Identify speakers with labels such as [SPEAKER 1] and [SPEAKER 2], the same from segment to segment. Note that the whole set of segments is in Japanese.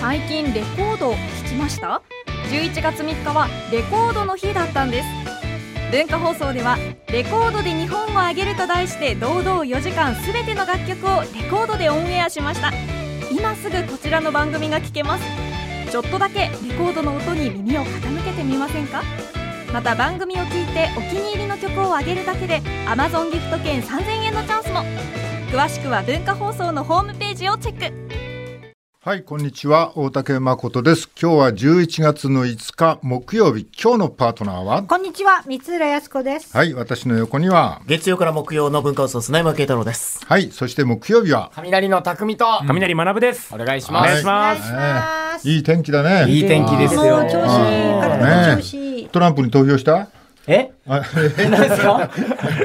[SPEAKER 1] 最近レコードを聴きました11月3日はレコードの日だったんです文化放送では「レコードで日本をあげる」と題して堂々4時間全ての楽曲をレコードでオンエアしました今すぐこちらの番組が聴けますちょっとだけレコードの音に耳を傾けてみませんかまた番組を聞いてお気に入りの曲をあげるだけで Amazon ギフト券3000円のチャンスも詳しくは文化放送のホームページをチェック
[SPEAKER 2] はい、こんにちは。大竹誠です。今日は11月の5日木曜日。今日のパートナーは
[SPEAKER 3] こんにちは、三浦康子です。
[SPEAKER 2] はい、私の横には、
[SPEAKER 4] 月曜から木曜の文化放送、砂山慶太郎です。
[SPEAKER 2] はい、そして木曜日は、
[SPEAKER 5] 雷の匠と、
[SPEAKER 6] 雷学です。
[SPEAKER 5] お願いし
[SPEAKER 6] お
[SPEAKER 5] ま
[SPEAKER 6] 願い
[SPEAKER 5] す
[SPEAKER 6] し。
[SPEAKER 3] お願
[SPEAKER 6] ま
[SPEAKER 3] い
[SPEAKER 6] す
[SPEAKER 3] し。ます。
[SPEAKER 2] いい天気だね。
[SPEAKER 5] いい天気です
[SPEAKER 3] もう
[SPEAKER 5] よ。
[SPEAKER 3] 調子いい、体の調子いい。
[SPEAKER 2] トランプに投票した
[SPEAKER 5] え
[SPEAKER 2] あ
[SPEAKER 5] 何ですか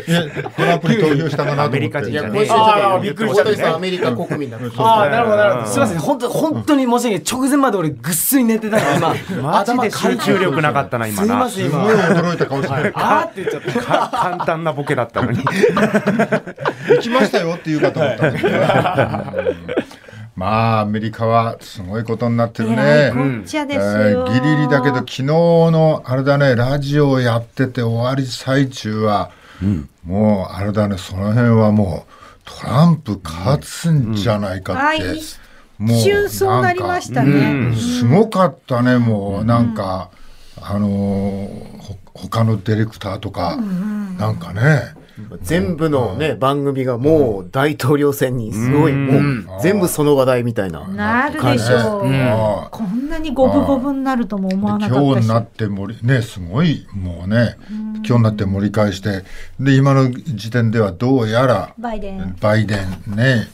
[SPEAKER 2] いやトランプに投票したかなと思って。
[SPEAKER 6] アメリカ人じゃね
[SPEAKER 7] 今週ちょっ
[SPEAKER 5] あー
[SPEAKER 7] と
[SPEAKER 5] びっくり
[SPEAKER 7] 大
[SPEAKER 5] した
[SPEAKER 7] 谷さんアメリカ国民だから
[SPEAKER 5] ああ、なるほど、なるほど。すみません、本当本当に申し訳ない。直前まで俺、ぐっすり寝てたから、今、
[SPEAKER 6] マジで集中力なかったな、
[SPEAKER 5] す
[SPEAKER 6] 今
[SPEAKER 5] みま
[SPEAKER 6] な。
[SPEAKER 5] せん、
[SPEAKER 2] す
[SPEAKER 5] 今
[SPEAKER 2] ごい。驚いた顔してる。
[SPEAKER 5] あーって言っちゃった。
[SPEAKER 6] か簡単なボケだったのに。
[SPEAKER 2] 行きましたよって言うかと思 ったんだけどね。うんまあ、アメリカはすごいことになってるね。
[SPEAKER 3] えこっちゃです
[SPEAKER 2] え
[SPEAKER 3] よ。
[SPEAKER 2] ーギリギリだけど昨日のあれだねラジオをやってて終わり最中は、もうあれだねその辺はもうトランプ勝つんじゃないか
[SPEAKER 3] は
[SPEAKER 2] っ
[SPEAKER 3] い
[SPEAKER 2] て、、
[SPEAKER 3] 一
[SPEAKER 2] もう
[SPEAKER 3] 瞬そうなりました
[SPEAKER 2] なんか
[SPEAKER 3] ね。
[SPEAKER 2] すごかったねもうなんか、あのーほ他のディレクターとか、なんかね
[SPEAKER 7] 全部のね、番組がもう大統領選にすごい、もう全部その話題みたいな。
[SPEAKER 3] なるでしょう。
[SPEAKER 2] あー
[SPEAKER 3] こんなに五分五分になるとも思わ
[SPEAKER 2] で
[SPEAKER 3] なか
[SPEAKER 2] 今
[SPEAKER 3] っ
[SPEAKER 2] 日になったて盛りねすごいもうね今日になって盛り返してで今の時点ではどうやら
[SPEAKER 3] し、バイデン。
[SPEAKER 2] バイデンね、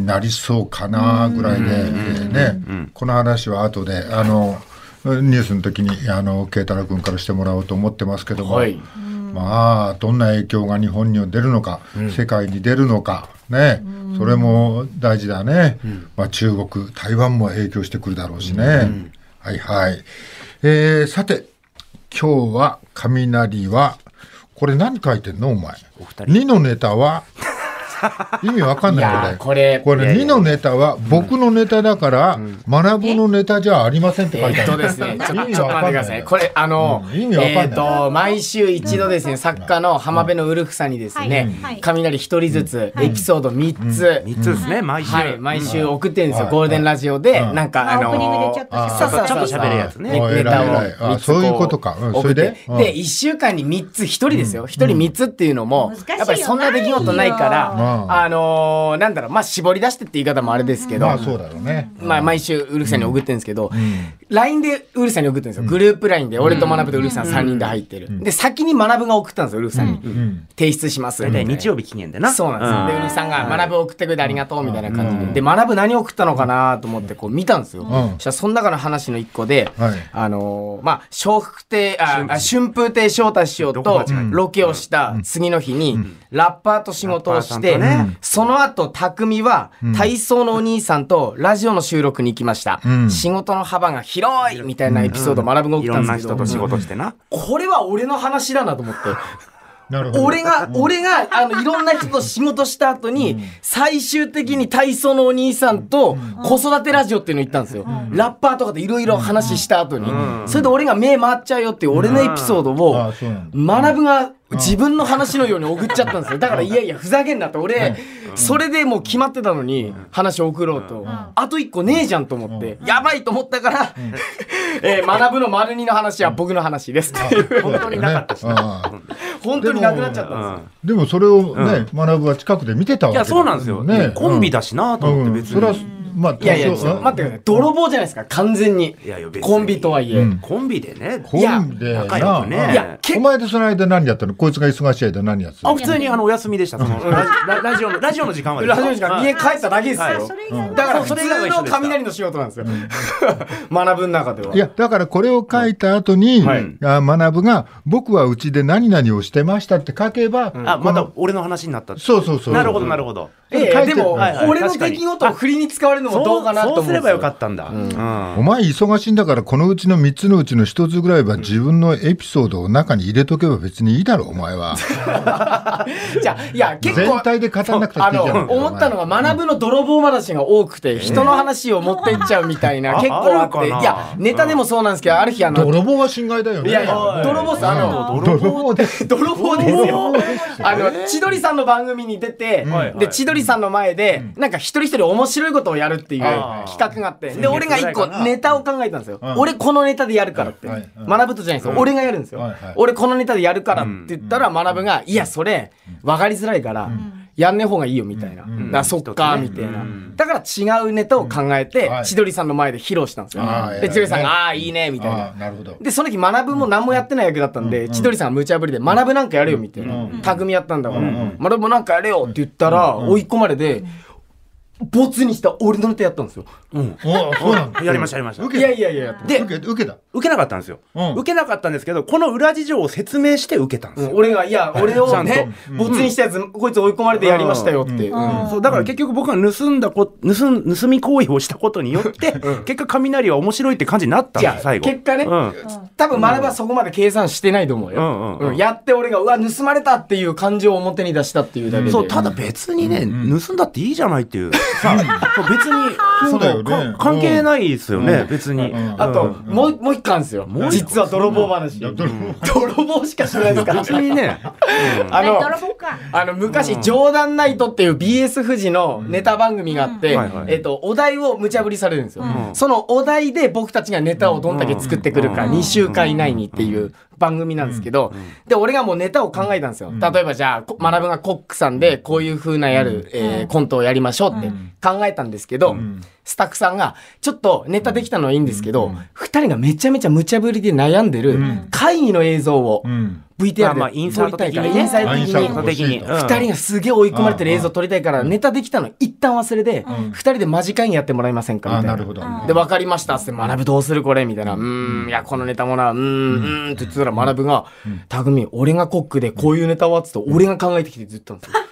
[SPEAKER 2] なりそうかなぐらいで、ね、この話は後で、あの、ニュースの時に、あの、慶太郎君からしてもらおうと思ってますけども、
[SPEAKER 5] はい
[SPEAKER 2] まあ、どんな影響が日本に出るのか、世界に出るのか、ね、それも大事だね。まあ、中国、台湾も影響してくるだろうしね。はいはい。えーさて、今日は雷は、これ何書いてんのお前。二のネタは、意味わかん
[SPEAKER 5] い
[SPEAKER 2] な
[SPEAKER 5] や
[SPEAKER 2] い
[SPEAKER 5] ー、これ、
[SPEAKER 2] これ、これ
[SPEAKER 5] いやい
[SPEAKER 2] 2
[SPEAKER 5] や
[SPEAKER 2] のネタは僕のネタだから、学ぶのネタじゃありませんって書いて
[SPEAKER 5] え
[SPEAKER 2] あ
[SPEAKER 5] っと
[SPEAKER 2] る。
[SPEAKER 5] です ね、ちょち
[SPEAKER 2] 意
[SPEAKER 5] ょっ
[SPEAKER 2] 味
[SPEAKER 5] と
[SPEAKER 2] わ
[SPEAKER 5] 待っ
[SPEAKER 2] かんな
[SPEAKER 5] てくだ
[SPEAKER 2] い
[SPEAKER 5] さい。これ、あの、
[SPEAKER 2] うん意味わかんない
[SPEAKER 5] えっと、毎週一度ですね、作家の浜辺のウルフさんにですね
[SPEAKER 3] はいはい、
[SPEAKER 5] 雷一人ずつ、エピソード三つ、
[SPEAKER 6] 三つですね、毎週。
[SPEAKER 5] はい、毎週送ってるんですよ、
[SPEAKER 2] はい
[SPEAKER 5] ゴールデンラジオで、なんか、
[SPEAKER 3] まあ
[SPEAKER 5] あの
[SPEAKER 3] オープニングでちょっと
[SPEAKER 5] そうそう
[SPEAKER 6] ちょっと喋るやつね
[SPEAKER 2] あー
[SPEAKER 5] ネタを
[SPEAKER 2] 偉い偉いあー
[SPEAKER 5] 三つ
[SPEAKER 2] そういうことかうん
[SPEAKER 5] 送
[SPEAKER 2] それ
[SPEAKER 5] って
[SPEAKER 2] でうん
[SPEAKER 5] で、1週間に3つ、1人ですよ。1人3つっていうのも
[SPEAKER 3] 難しい、よ
[SPEAKER 5] やっぱりそんな出来事ないか
[SPEAKER 2] ないよ
[SPEAKER 5] ら、あのー、なんだろう、まあ、絞り出してって言い方もあれですけど
[SPEAKER 2] ま、あそうだろうね。
[SPEAKER 5] まあ、毎週ウルフさんに送ってるんですけど、LINE でウルフさんに送ってるんですよ。グループ LINE で、俺と学ぶとウルフさん3人で入ってる。で、先に学ぶが送ったんですよ、ウルフさんに。提出します。
[SPEAKER 6] 大体日曜日期限でな。
[SPEAKER 5] そうなんですよ。で、ウルフさんが、学ぶ送ってくれてありがとうみたいな感じで。で、学ぶ何送ったのかなと思って、こう見たんですよ。
[SPEAKER 2] ん
[SPEAKER 5] そしたら、その中の話の一個で
[SPEAKER 2] はい、
[SPEAKER 5] あのー、まあ、笑福亭、あ、あ春風亭昇太師匠
[SPEAKER 6] どことが違う
[SPEAKER 5] ロケをした次の日に、ラッパーと仕事をし
[SPEAKER 6] ラッ
[SPEAKER 5] て
[SPEAKER 6] パーさんとね、
[SPEAKER 5] その後、匠は、体操のお兄さんとラジオの収録に行きました
[SPEAKER 2] ん。
[SPEAKER 5] 仕事の幅が広いみたいなエピソードを学ぶが
[SPEAKER 6] い
[SPEAKER 5] 送っ
[SPEAKER 6] ろ
[SPEAKER 5] た
[SPEAKER 6] ん
[SPEAKER 5] ん
[SPEAKER 6] な
[SPEAKER 5] ですけ
[SPEAKER 6] 人と仕
[SPEAKER 5] ど、
[SPEAKER 6] 事してな。
[SPEAKER 5] これは俺の話だなと思って。
[SPEAKER 2] なるほど。
[SPEAKER 5] 俺が、俺が、あの、いろんな人と仕事した後に、最終的に体操のお兄さんと子育てラジオっていうの行ったんですよ。ラッパーとかでいろいろ話した後に。それで俺が目回っちゃうよっていう俺のエピソード
[SPEAKER 2] あ
[SPEAKER 5] を
[SPEAKER 2] あ、、そうなんだ。
[SPEAKER 5] 学ぶが自分の話のように送っちゃったんですよ。だからいやいや、ふざけんなと。俺、それでもう決まってたのに話を送ろうと。あと一個ねえじゃんと思って、やばいと思ったから、 えー学ぶの丸二の話は僕の話です。
[SPEAKER 6] 本当になかったしな。
[SPEAKER 2] ああ
[SPEAKER 5] 本当になくなっちゃったんですよ。
[SPEAKER 2] でもそれをね、学ぶは近くで見てたわ
[SPEAKER 6] い
[SPEAKER 2] けだ
[SPEAKER 6] や、そうなんですよ。
[SPEAKER 2] ね
[SPEAKER 6] コンビだしなと思っ
[SPEAKER 2] う
[SPEAKER 6] て、
[SPEAKER 2] ん
[SPEAKER 6] 別
[SPEAKER 2] それは
[SPEAKER 6] に。、
[SPEAKER 2] まあ、
[SPEAKER 5] いやいや、
[SPEAKER 2] 多
[SPEAKER 5] ちょっ
[SPEAKER 2] 少
[SPEAKER 5] と待ってください。泥棒じゃないですか、完全に
[SPEAKER 6] いやいや。別に
[SPEAKER 5] コンビとはいえ。
[SPEAKER 6] コンビでね。
[SPEAKER 2] コンビで
[SPEAKER 6] 仲
[SPEAKER 2] な
[SPEAKER 6] 良くね。
[SPEAKER 5] いやけ
[SPEAKER 2] お前でその間何やったのこいつが忙しい間何やってた
[SPEAKER 6] あ、
[SPEAKER 2] の
[SPEAKER 6] 普通にあのお休みでした。そのラジララジオのラジオの時間はです
[SPEAKER 5] ラジオ時間、家
[SPEAKER 6] はい
[SPEAKER 5] 帰っただけです
[SPEAKER 6] はい
[SPEAKER 5] よ
[SPEAKER 3] そ。れ以外
[SPEAKER 5] だから
[SPEAKER 6] うん
[SPEAKER 5] 普通の雷の仕事なんですよ。 学ぶの中では。
[SPEAKER 2] いや、だからこれを書いた後に、
[SPEAKER 5] はい
[SPEAKER 2] あ学ぶが、僕はうちで何々をしてましたって書けば、
[SPEAKER 6] あ、また俺の話になった。
[SPEAKER 2] そうそうそう。
[SPEAKER 6] なるほど、なるほど。
[SPEAKER 5] ええ、でも
[SPEAKER 6] はいはい、
[SPEAKER 5] 俺の出来事を振りに使われいうのもどうかなと思
[SPEAKER 6] そううんす
[SPEAKER 5] で
[SPEAKER 6] れ
[SPEAKER 5] す
[SPEAKER 6] ば
[SPEAKER 5] よ
[SPEAKER 6] よかったんだ。うん
[SPEAKER 2] お前忙しいんだからこのうちの3つのうちの1つぐらいは自分のエピソードを中に入れとけば別にいいだろお前は
[SPEAKER 5] じゃあいや結構
[SPEAKER 2] 全体で語らなくたっ
[SPEAKER 5] あ
[SPEAKER 2] ていい
[SPEAKER 5] の
[SPEAKER 2] じゃん
[SPEAKER 5] 思ったのは学ぶの泥棒話が多くて人の話を持ってっちゃうみたいな
[SPEAKER 6] あ
[SPEAKER 5] 結構あ
[SPEAKER 6] あ
[SPEAKER 5] って
[SPEAKER 6] るかない
[SPEAKER 5] やネタでもそうなんですけどある日あの
[SPEAKER 2] 泥棒は侵害だよね
[SPEAKER 5] いやいや泥棒さんあの
[SPEAKER 2] うん泥棒で
[SPEAKER 5] 泥棒ですよ。あの、千鳥さんの番組に出て、
[SPEAKER 6] はい
[SPEAKER 5] で、千鳥さんの前で、なんか一人一人面白いことをやるっていう
[SPEAKER 6] あー
[SPEAKER 5] 企画があって、で、俺が一個ネタを考えたんですよ。
[SPEAKER 2] うん
[SPEAKER 5] 俺このネタでやるからって。
[SPEAKER 2] はいうん
[SPEAKER 5] 学ぶとじゃないですよ。俺がやるんですよ
[SPEAKER 2] はいはい。
[SPEAKER 5] 俺このネタでやるからって言ったら、学ぶが、いや、それ、分かりづらいから、やんねえ方がいいよみたいな。
[SPEAKER 6] ん
[SPEAKER 5] なそっか、みたいな。だから違うネタを考えて
[SPEAKER 2] うんはい、
[SPEAKER 5] 千鳥さんの前で披露したんですよ
[SPEAKER 2] あー。偉
[SPEAKER 5] で、
[SPEAKER 2] い
[SPEAKER 5] 千鳥さん
[SPEAKER 2] ね
[SPEAKER 5] が、ああー、いいね、みたいな
[SPEAKER 2] あ。あなるほど
[SPEAKER 5] でその時学ぶも何もやってない役だったんで、千鳥さんが無茶ぶりで「学ぶなんかやれよ」みたいな「匠、やったんだから、学ぶなんかやれよ」って言ったら、追い込まれて、ボツにした俺のネタやったんですよ。
[SPEAKER 2] おおそうなんだ
[SPEAKER 6] やりましたやりました。
[SPEAKER 5] いやいやいやで、
[SPEAKER 2] 受け受けた
[SPEAKER 6] 受けなかったんですよ、
[SPEAKER 2] うん
[SPEAKER 6] 受けなかったんですけどこの裏事情を説明して受けたんです
[SPEAKER 5] うん
[SPEAKER 6] よ、
[SPEAKER 5] 俺が「いや俺
[SPEAKER 6] ち
[SPEAKER 5] を
[SPEAKER 6] ゃん
[SPEAKER 5] ね
[SPEAKER 6] と
[SPEAKER 5] ボツにしたやつこいつ追い込まれてやりましたよ」って。うん
[SPEAKER 6] そうだから結局僕が盗んだこ盗ん盗み行為をしたことによって、結果雷は面白いって感じになったん
[SPEAKER 5] じ
[SPEAKER 6] です
[SPEAKER 5] ゃあ
[SPEAKER 6] 最後
[SPEAKER 5] 結果ね、
[SPEAKER 6] うん
[SPEAKER 5] 多分学ぶはそこまで計算してないと思うよ、
[SPEAKER 6] うんうんうん
[SPEAKER 5] やって俺がうわ盗まれたっていう感情を表に出したっていうだけで、
[SPEAKER 6] そうただ別にね、盗んだっていいじゃないっていうさそう別に
[SPEAKER 2] そうだよね
[SPEAKER 6] か関係ないですよね、別に、
[SPEAKER 5] あと、もうもう一巻ですよ
[SPEAKER 6] う一個
[SPEAKER 5] 実は泥棒話
[SPEAKER 2] いや泥棒
[SPEAKER 5] 泥棒しかしてないで すから
[SPEAKER 6] 別にね、
[SPEAKER 5] あの、
[SPEAKER 3] 泥棒か。
[SPEAKER 5] あの昔、冗談ナイトっていう BS 富士のネタ番組があって、
[SPEAKER 6] うんはいはい
[SPEAKER 5] えっと、お題を無茶ぶりされるんですよ。
[SPEAKER 6] ん
[SPEAKER 5] そのお題で僕たちがネタをどんだけ作ってくるか、
[SPEAKER 6] うん
[SPEAKER 5] 2週間以内にっていう番組なんですけど、で、俺がもうネタを考えたんですよ。例えばじゃあ、こ学ぶがコックさんで、こういう風なやる、えーコントをやりましょうって考えたんですけど、スタッフさんが、ちょっとネタできたのはいいんですけど、二人がめちゃめちゃ無茶ぶりで悩んでる会議の映像を
[SPEAKER 2] ん
[SPEAKER 5] VTR で
[SPEAKER 6] まあまあインサート的にね
[SPEAKER 5] 撮りたいからイン
[SPEAKER 2] イン
[SPEAKER 5] サート的
[SPEAKER 2] サー
[SPEAKER 5] に
[SPEAKER 2] ト
[SPEAKER 6] 的に、
[SPEAKER 2] うん
[SPEAKER 5] 二人がすげえ追い込まれてる映像撮りたいからネタできたの一旦忘れて二人でマジ会議やってもらえませんかみ
[SPEAKER 2] あ
[SPEAKER 5] たい
[SPEAKER 2] あ
[SPEAKER 5] な
[SPEAKER 2] なるほど
[SPEAKER 5] で分かりましたっつって「学ぶどうするこれ」みたいな「うーんいやこのネタもなうーんうーん」って言ってたら学ぶが「匠俺がコックでこういうネタは?」っつって俺が考えてきてずっとなんですよ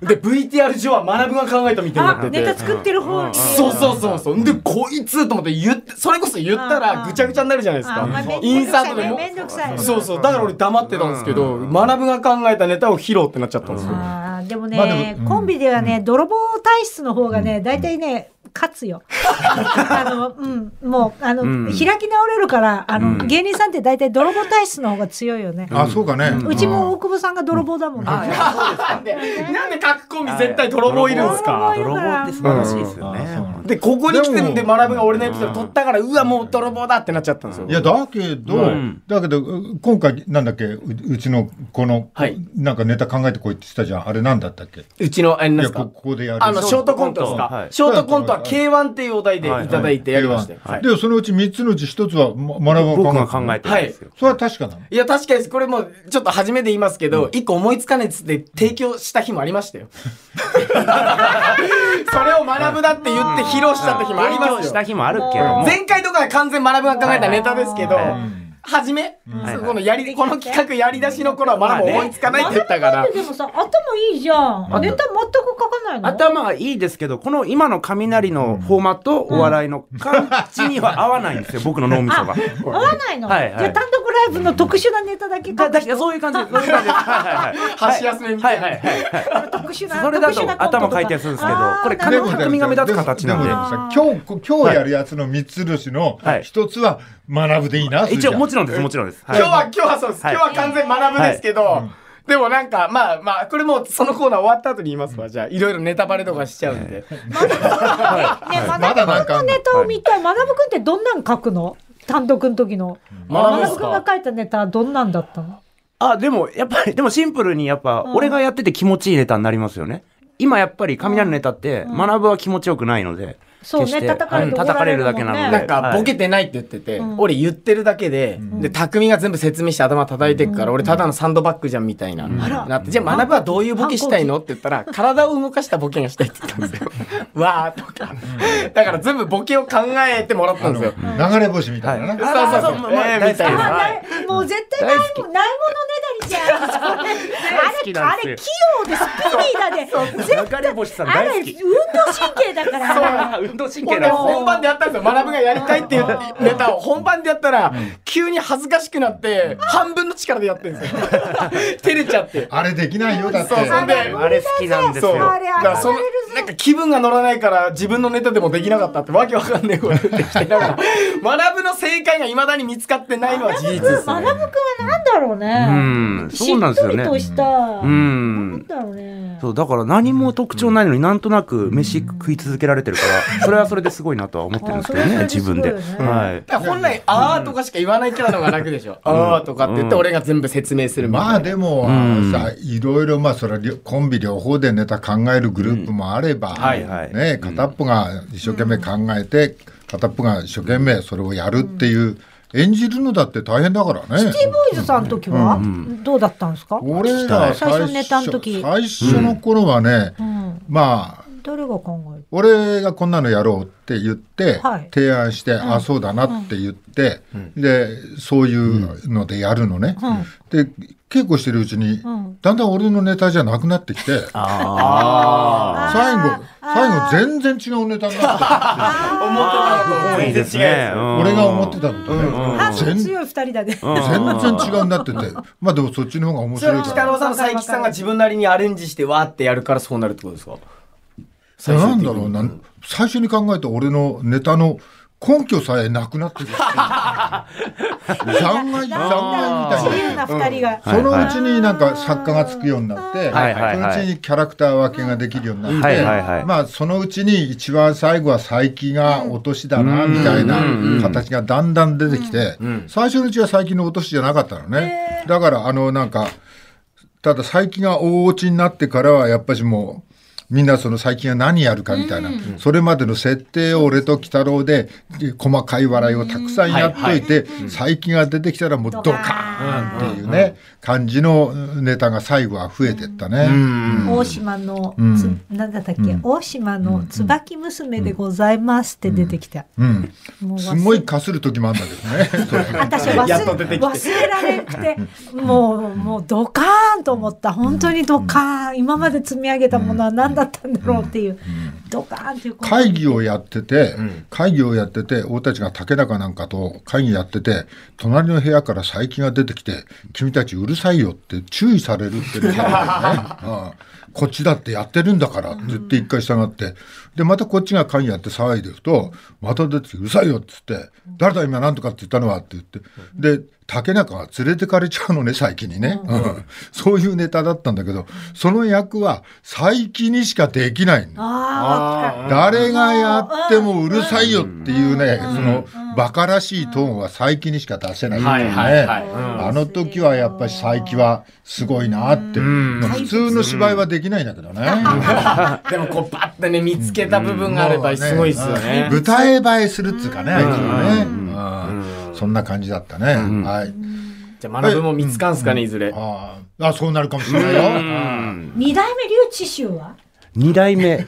[SPEAKER 5] で VTR 上は学ぶが考えたみたいになっ
[SPEAKER 3] あ
[SPEAKER 5] て、
[SPEAKER 3] ネ
[SPEAKER 5] て
[SPEAKER 3] タ作ってる方に。
[SPEAKER 5] そうそうそうそう。で、こいつと思って言って、それこそ言ったらぐちゃぐちゃになるじゃないです
[SPEAKER 3] あまあ
[SPEAKER 5] か。イ
[SPEAKER 3] め
[SPEAKER 5] ン
[SPEAKER 3] んどく
[SPEAKER 5] サ
[SPEAKER 3] さ
[SPEAKER 5] ー
[SPEAKER 3] い
[SPEAKER 5] トで
[SPEAKER 3] ね
[SPEAKER 5] も。
[SPEAKER 3] めんどくさい。
[SPEAKER 5] そうそう。だから俺黙ってたんですけど、学ぶが考えたネタを披露ってなっちゃったんですよ。
[SPEAKER 3] あーでも
[SPEAKER 2] まあで
[SPEAKER 3] ね
[SPEAKER 2] もうん
[SPEAKER 3] コンビではね泥棒体質の方がね大体ね勝つ よ。あのうんもうあの
[SPEAKER 6] ん
[SPEAKER 3] 開き直れるからあの芸人さんって大体泥棒体質の方が強いよね。
[SPEAKER 2] あそうかね
[SPEAKER 3] うちも大久保さんが泥棒だもんね。
[SPEAKER 5] なんで、なんで各コンビ絶対泥棒いるんですか
[SPEAKER 3] 泥
[SPEAKER 6] 泥
[SPEAKER 3] 棒
[SPEAKER 6] 棒
[SPEAKER 3] っ
[SPEAKER 6] ってて素
[SPEAKER 3] 素
[SPEAKER 6] 晴
[SPEAKER 3] 晴ら
[SPEAKER 6] ら
[SPEAKER 3] し
[SPEAKER 6] し
[SPEAKER 3] い
[SPEAKER 6] い
[SPEAKER 3] で
[SPEAKER 6] ですよね、
[SPEAKER 5] で、ここに来てるんで、学ぶが俺のエピソード取ったから、うわ、もう泥棒だってなっちゃったんですよ
[SPEAKER 2] い。やだけど、
[SPEAKER 6] うん
[SPEAKER 2] だけどう今回なんだっけううちのこの、
[SPEAKER 5] はい
[SPEAKER 2] なんかネタ考えてこいって言ってたじゃんあれなんだったっけ
[SPEAKER 5] うちの、あれ
[SPEAKER 2] い
[SPEAKER 5] なんで
[SPEAKER 2] や
[SPEAKER 5] す
[SPEAKER 2] こ
[SPEAKER 5] か
[SPEAKER 2] ここでやる
[SPEAKER 5] あの、ショートコントです
[SPEAKER 6] は
[SPEAKER 5] か
[SPEAKER 6] い
[SPEAKER 5] ショートコントは K1 っていうお題でいただいてやりましたよ。
[SPEAKER 6] はい
[SPEAKER 2] でそのうち3つのうち1つはま学ぶを
[SPEAKER 6] 僕
[SPEAKER 2] 考え
[SPEAKER 6] が
[SPEAKER 2] て
[SPEAKER 6] 考えてるんですよ、
[SPEAKER 2] それは確かなの
[SPEAKER 5] いや、確かにです、これもう、ちょっと初めて言いますけど、一、個思いつかないっつって提供した日もありましたよ。それを学ぶだって言って披露した時もありま
[SPEAKER 6] 勉強
[SPEAKER 5] す
[SPEAKER 6] し
[SPEAKER 5] よ
[SPEAKER 6] た。日もあるけども、
[SPEAKER 5] 前回とかは完全学ぶが考えたネタですけど、
[SPEAKER 6] はいはい
[SPEAKER 5] 初め、
[SPEAKER 6] い
[SPEAKER 5] そうこのやり、この企画やり出しの頃は学ぶ思いつかないって言ったから。
[SPEAKER 3] でもさ頭いいじゃん。ネタ全く書かないの。
[SPEAKER 6] 頭はいいですけど、この今の雷のフォーマット、お笑いの感じには合わないんですよ、 僕の脳みそが。
[SPEAKER 3] 合わないの。じ
[SPEAKER 6] はいはい
[SPEAKER 3] ゃあ単独ライブの特殊なネタだけ書
[SPEAKER 6] だ
[SPEAKER 3] く
[SPEAKER 6] だそういう感じです。そういう感じです。はいはいはい。
[SPEAKER 5] 箸休めみたいな
[SPEAKER 6] はいはいはいはい。
[SPEAKER 3] 特殊な
[SPEAKER 6] それだと頭回
[SPEAKER 3] 書い
[SPEAKER 6] 転
[SPEAKER 3] てる
[SPEAKER 6] するんですけど
[SPEAKER 3] あー、
[SPEAKER 6] これ
[SPEAKER 3] なるほど
[SPEAKER 6] 髪が目立つ形なん
[SPEAKER 2] で
[SPEAKER 6] で
[SPEAKER 2] も。さ今日こ今日やるやつの3つのうちの
[SPEAKER 6] はい
[SPEAKER 2] 1つは学ぶでいいな、それじ
[SPEAKER 6] 一
[SPEAKER 2] ゃ
[SPEAKER 6] 応、もちろんです、もちろんです。
[SPEAKER 5] 今
[SPEAKER 6] はい
[SPEAKER 5] 日は、今日はそうです。
[SPEAKER 6] はい
[SPEAKER 5] 今日は完全学ぶですけど、でもなんか、まあまあ、これもうそのコーナー終わった後に言いますわ。じゃあ、いろいろネタバレとかしちゃうんで。
[SPEAKER 3] ね、ま
[SPEAKER 2] まだなん
[SPEAKER 3] だ
[SPEAKER 2] か
[SPEAKER 3] このネタを見たい。学ぶくんってどんなん書くの単独の時の。
[SPEAKER 5] 学ぶっ
[SPEAKER 3] 学ぶ
[SPEAKER 5] す
[SPEAKER 3] くん
[SPEAKER 5] か
[SPEAKER 3] が書いたネタはどんなんだったの
[SPEAKER 6] あ、でも、やっぱり、でもシンプルに、やっぱ、俺がやってて気持ちいいネタになりますよね。今やっぱり雷のネタって、学ぶは気持ちよくないので。
[SPEAKER 3] そうね
[SPEAKER 6] 決して
[SPEAKER 3] 叩かれて
[SPEAKER 6] うん叩かれるだけな
[SPEAKER 3] 怒
[SPEAKER 6] の
[SPEAKER 3] られ
[SPEAKER 5] な
[SPEAKER 6] で
[SPEAKER 5] ん。かボケてないって言ってて、俺言ってるだけで、で匠が全部説明して頭叩いてくから、俺ただのサンドバッグじゃんみたいな、なってじゃあ学ぶはどういうボケしたいのって言ったら体を動かしたボケがしたいって言ったんですよわーとかだから全部ボケを考えてもらったんですよ
[SPEAKER 2] 流れ星みたいなな、
[SPEAKER 5] そうそうそう、えーみたいな
[SPEAKER 3] あないもう絶対ないもんないものねいやあれ
[SPEAKER 6] 好き
[SPEAKER 3] あ
[SPEAKER 6] なん
[SPEAKER 3] れ
[SPEAKER 6] です
[SPEAKER 3] 器用でスピーディーだで絶
[SPEAKER 6] 中根星さん
[SPEAKER 3] あれ
[SPEAKER 6] 大
[SPEAKER 3] 運
[SPEAKER 6] 好き。
[SPEAKER 3] 動神経だから
[SPEAKER 6] あ運動神経
[SPEAKER 5] 俺
[SPEAKER 6] なんですね。
[SPEAKER 5] 本番でやったんですよ学ぶがやりたいっていうネタを本番でやったら急に恥ずかしくなって半分の力でやってるんですよ 照れちゃって
[SPEAKER 2] あれできないよだって
[SPEAKER 5] そうそんで
[SPEAKER 6] あれ好きなんです
[SPEAKER 5] そう
[SPEAKER 6] よ。
[SPEAKER 3] あれ
[SPEAKER 5] だからそのなんか気分が乗らないから自分のネタでもできなかったってわけわかんねえこと言ってきてだから学ぶの正解がいまだに見つかってないのは事実です
[SPEAKER 3] 学ぶくんはなんだろ
[SPEAKER 6] う
[SPEAKER 3] うね、
[SPEAKER 6] ん、
[SPEAKER 3] し
[SPEAKER 6] そ
[SPEAKER 3] っ
[SPEAKER 6] うなんです
[SPEAKER 3] と
[SPEAKER 6] よ
[SPEAKER 3] り
[SPEAKER 6] ね。
[SPEAKER 3] とした、
[SPEAKER 6] う
[SPEAKER 3] なん
[SPEAKER 6] ん。
[SPEAKER 3] だろうね
[SPEAKER 6] そうだから何も特徴ないのになんとなく飯食い続けられてるからそれはそれですごいなとは思ってるんですけどね
[SPEAKER 3] あそ
[SPEAKER 6] 自
[SPEAKER 3] れは
[SPEAKER 6] 分
[SPEAKER 3] それです
[SPEAKER 6] で。
[SPEAKER 3] ごいよね
[SPEAKER 6] はい。
[SPEAKER 5] だから本来「あー」とかしか言わないキャラの方が楽でしょ「あー」とかって言って俺が全部説明するみたいな
[SPEAKER 2] まあでも、
[SPEAKER 6] ん
[SPEAKER 2] さいろいろまあそれはりょコンビ両方でネタ考えるグループもあれば、
[SPEAKER 6] はいはい
[SPEAKER 2] ね、片っぽが一生懸命考えて、片っぽが一生懸命それをやるっていう、演じるのだって大変だからね。
[SPEAKER 3] シティボーイズさんの時は、どうだったんですか、
[SPEAKER 2] 俺ら
[SPEAKER 3] 最初のネタの時
[SPEAKER 2] 最初の頃はね、
[SPEAKER 3] うん、
[SPEAKER 2] まあ
[SPEAKER 3] 誰が考える
[SPEAKER 2] 俺がこんなのやろうって言って、
[SPEAKER 3] はい
[SPEAKER 2] 提案して、あそうだなって言って、でそういうのでやるのね、で稽古してるうちに、
[SPEAKER 3] ん
[SPEAKER 2] だんだん俺のネタじゃなくなってきて最後最後全然違うネタになって
[SPEAKER 6] 多いですね。う
[SPEAKER 2] る
[SPEAKER 6] ん
[SPEAKER 2] 俺が思ってたのとね、
[SPEAKER 3] ハー
[SPEAKER 2] 全
[SPEAKER 3] フ
[SPEAKER 2] 全
[SPEAKER 3] 強い二人だね、
[SPEAKER 2] 然違うになっててまあでもそっちの方が面
[SPEAKER 5] それ
[SPEAKER 2] 白
[SPEAKER 5] はい
[SPEAKER 2] か
[SPEAKER 5] 北
[SPEAKER 2] ら。
[SPEAKER 5] 郎さん佐伯さんが自分なりにアレンジしてわーってやるからそうなるってことですか
[SPEAKER 2] なんだろうな最初に考えた俺のネタの根拠さえなくなって る残骸残骸みたいな
[SPEAKER 3] 自由な二人が、
[SPEAKER 2] そのうちになんか作家がつくようになって、
[SPEAKER 6] はいはいはい
[SPEAKER 2] そのうちにキャラクター分けができるようになって、
[SPEAKER 6] はいはいはい
[SPEAKER 2] まあそのうちに一番最後は佐伯が落としだなみたいな形がだんだん出てきて、最初のうちは佐伯の落としじゃなかったのね。だからあのなんかただ佐伯が大落ちになってからはやっぱしもう。みんなその最近は何やるかみたいな、それまでの設定を俺と鬼太郎でで細かい笑いをたくさんやっといて、最近が出てきたらもうドカーンっていうね感じのネタが最後は増えてったね。
[SPEAKER 3] 大島のつ、なんだったっけ、大島の椿娘でございますって出てきた。
[SPEAKER 2] うん、
[SPEAKER 3] もう忘
[SPEAKER 2] す
[SPEAKER 3] れ
[SPEAKER 2] ごいかする時もあるんだけ どねそれが。
[SPEAKER 3] 私忘れ
[SPEAKER 5] やっと出てきて
[SPEAKER 3] 忘れられなくて、もう、もうドカーンと思った。本当にドカーン。今まで積み上げたものは何だったんだろうっていう。ドカーンっていうこと。
[SPEAKER 2] 会議をやってて、会議をやってて俺たちが竹中なんかと会議やってて隣の部屋から佐伯が出てきて「君たちうるさいよ」って注意されるっていうのがあるんだよね、うんこっちだってやってるんだからって言って一回従ってでまたこっちが会議やって騒いでるとまた出てきて「うるさいよ」っつって「誰だ今何とかって言ったのは」って言ってで竹中が連れてかれちゃうのね佐伯にね、うんそういうネタだったんだけどその役は佐伯にしかできないんだ
[SPEAKER 3] ああ、
[SPEAKER 2] 誰がやってもうるさいよっていうね、そのバカらしいトーンは佐伯にしか出せないっていうね、あの時はやっぱり佐伯はすごいなって、普通の芝居はできないんだけどね、
[SPEAKER 5] でもこうバッてね見つけた部分があればすごいっすよね。
[SPEAKER 2] 舞台映えするっつうかね、あいつはね、うんそんな感じだったね、はい
[SPEAKER 5] じゃあ学ぶも見つかんすかねいずれ。
[SPEAKER 2] あーあそうなるかもしれないよ、
[SPEAKER 3] か二代目竜智秀は
[SPEAKER 6] 二代目。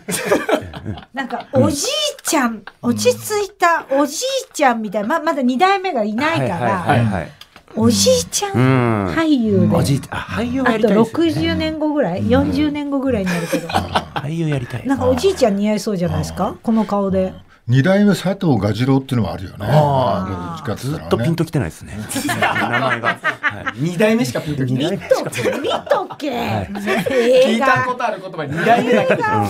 [SPEAKER 3] なんか、おじいちゃん、落ち着いたおじいちゃんみたいな、ま、まだ二代目がいな
[SPEAKER 6] は
[SPEAKER 3] いか
[SPEAKER 6] い
[SPEAKER 3] ら、
[SPEAKER 6] はいはいはい。
[SPEAKER 3] おじいちゃ
[SPEAKER 6] うんん。
[SPEAKER 3] 俳優で、
[SPEAKER 6] おじいあ俳優をや
[SPEAKER 3] あ
[SPEAKER 6] り
[SPEAKER 3] と
[SPEAKER 6] たいです。
[SPEAKER 3] 60年後ぐらい、40年後ぐらいになるけど、
[SPEAKER 6] 俳優やりたい。
[SPEAKER 3] なんかおじいちゃん似合いそうじゃないですか、この顔で。
[SPEAKER 2] 二代目佐藤蛾次郎っていうのもあるよね
[SPEAKER 6] あ
[SPEAKER 2] どっちか
[SPEAKER 6] ず
[SPEAKER 2] て言
[SPEAKER 6] ったと
[SPEAKER 2] ら
[SPEAKER 6] ピ
[SPEAKER 2] ね
[SPEAKER 6] ンときてないですね。名前が。
[SPEAKER 5] 二代目しかピンときてない。
[SPEAKER 3] 見とけ、見とけ、
[SPEAKER 5] 聞
[SPEAKER 3] 映
[SPEAKER 5] いたこ
[SPEAKER 3] 画。
[SPEAKER 5] とある言葉二代目だけ。
[SPEAKER 2] は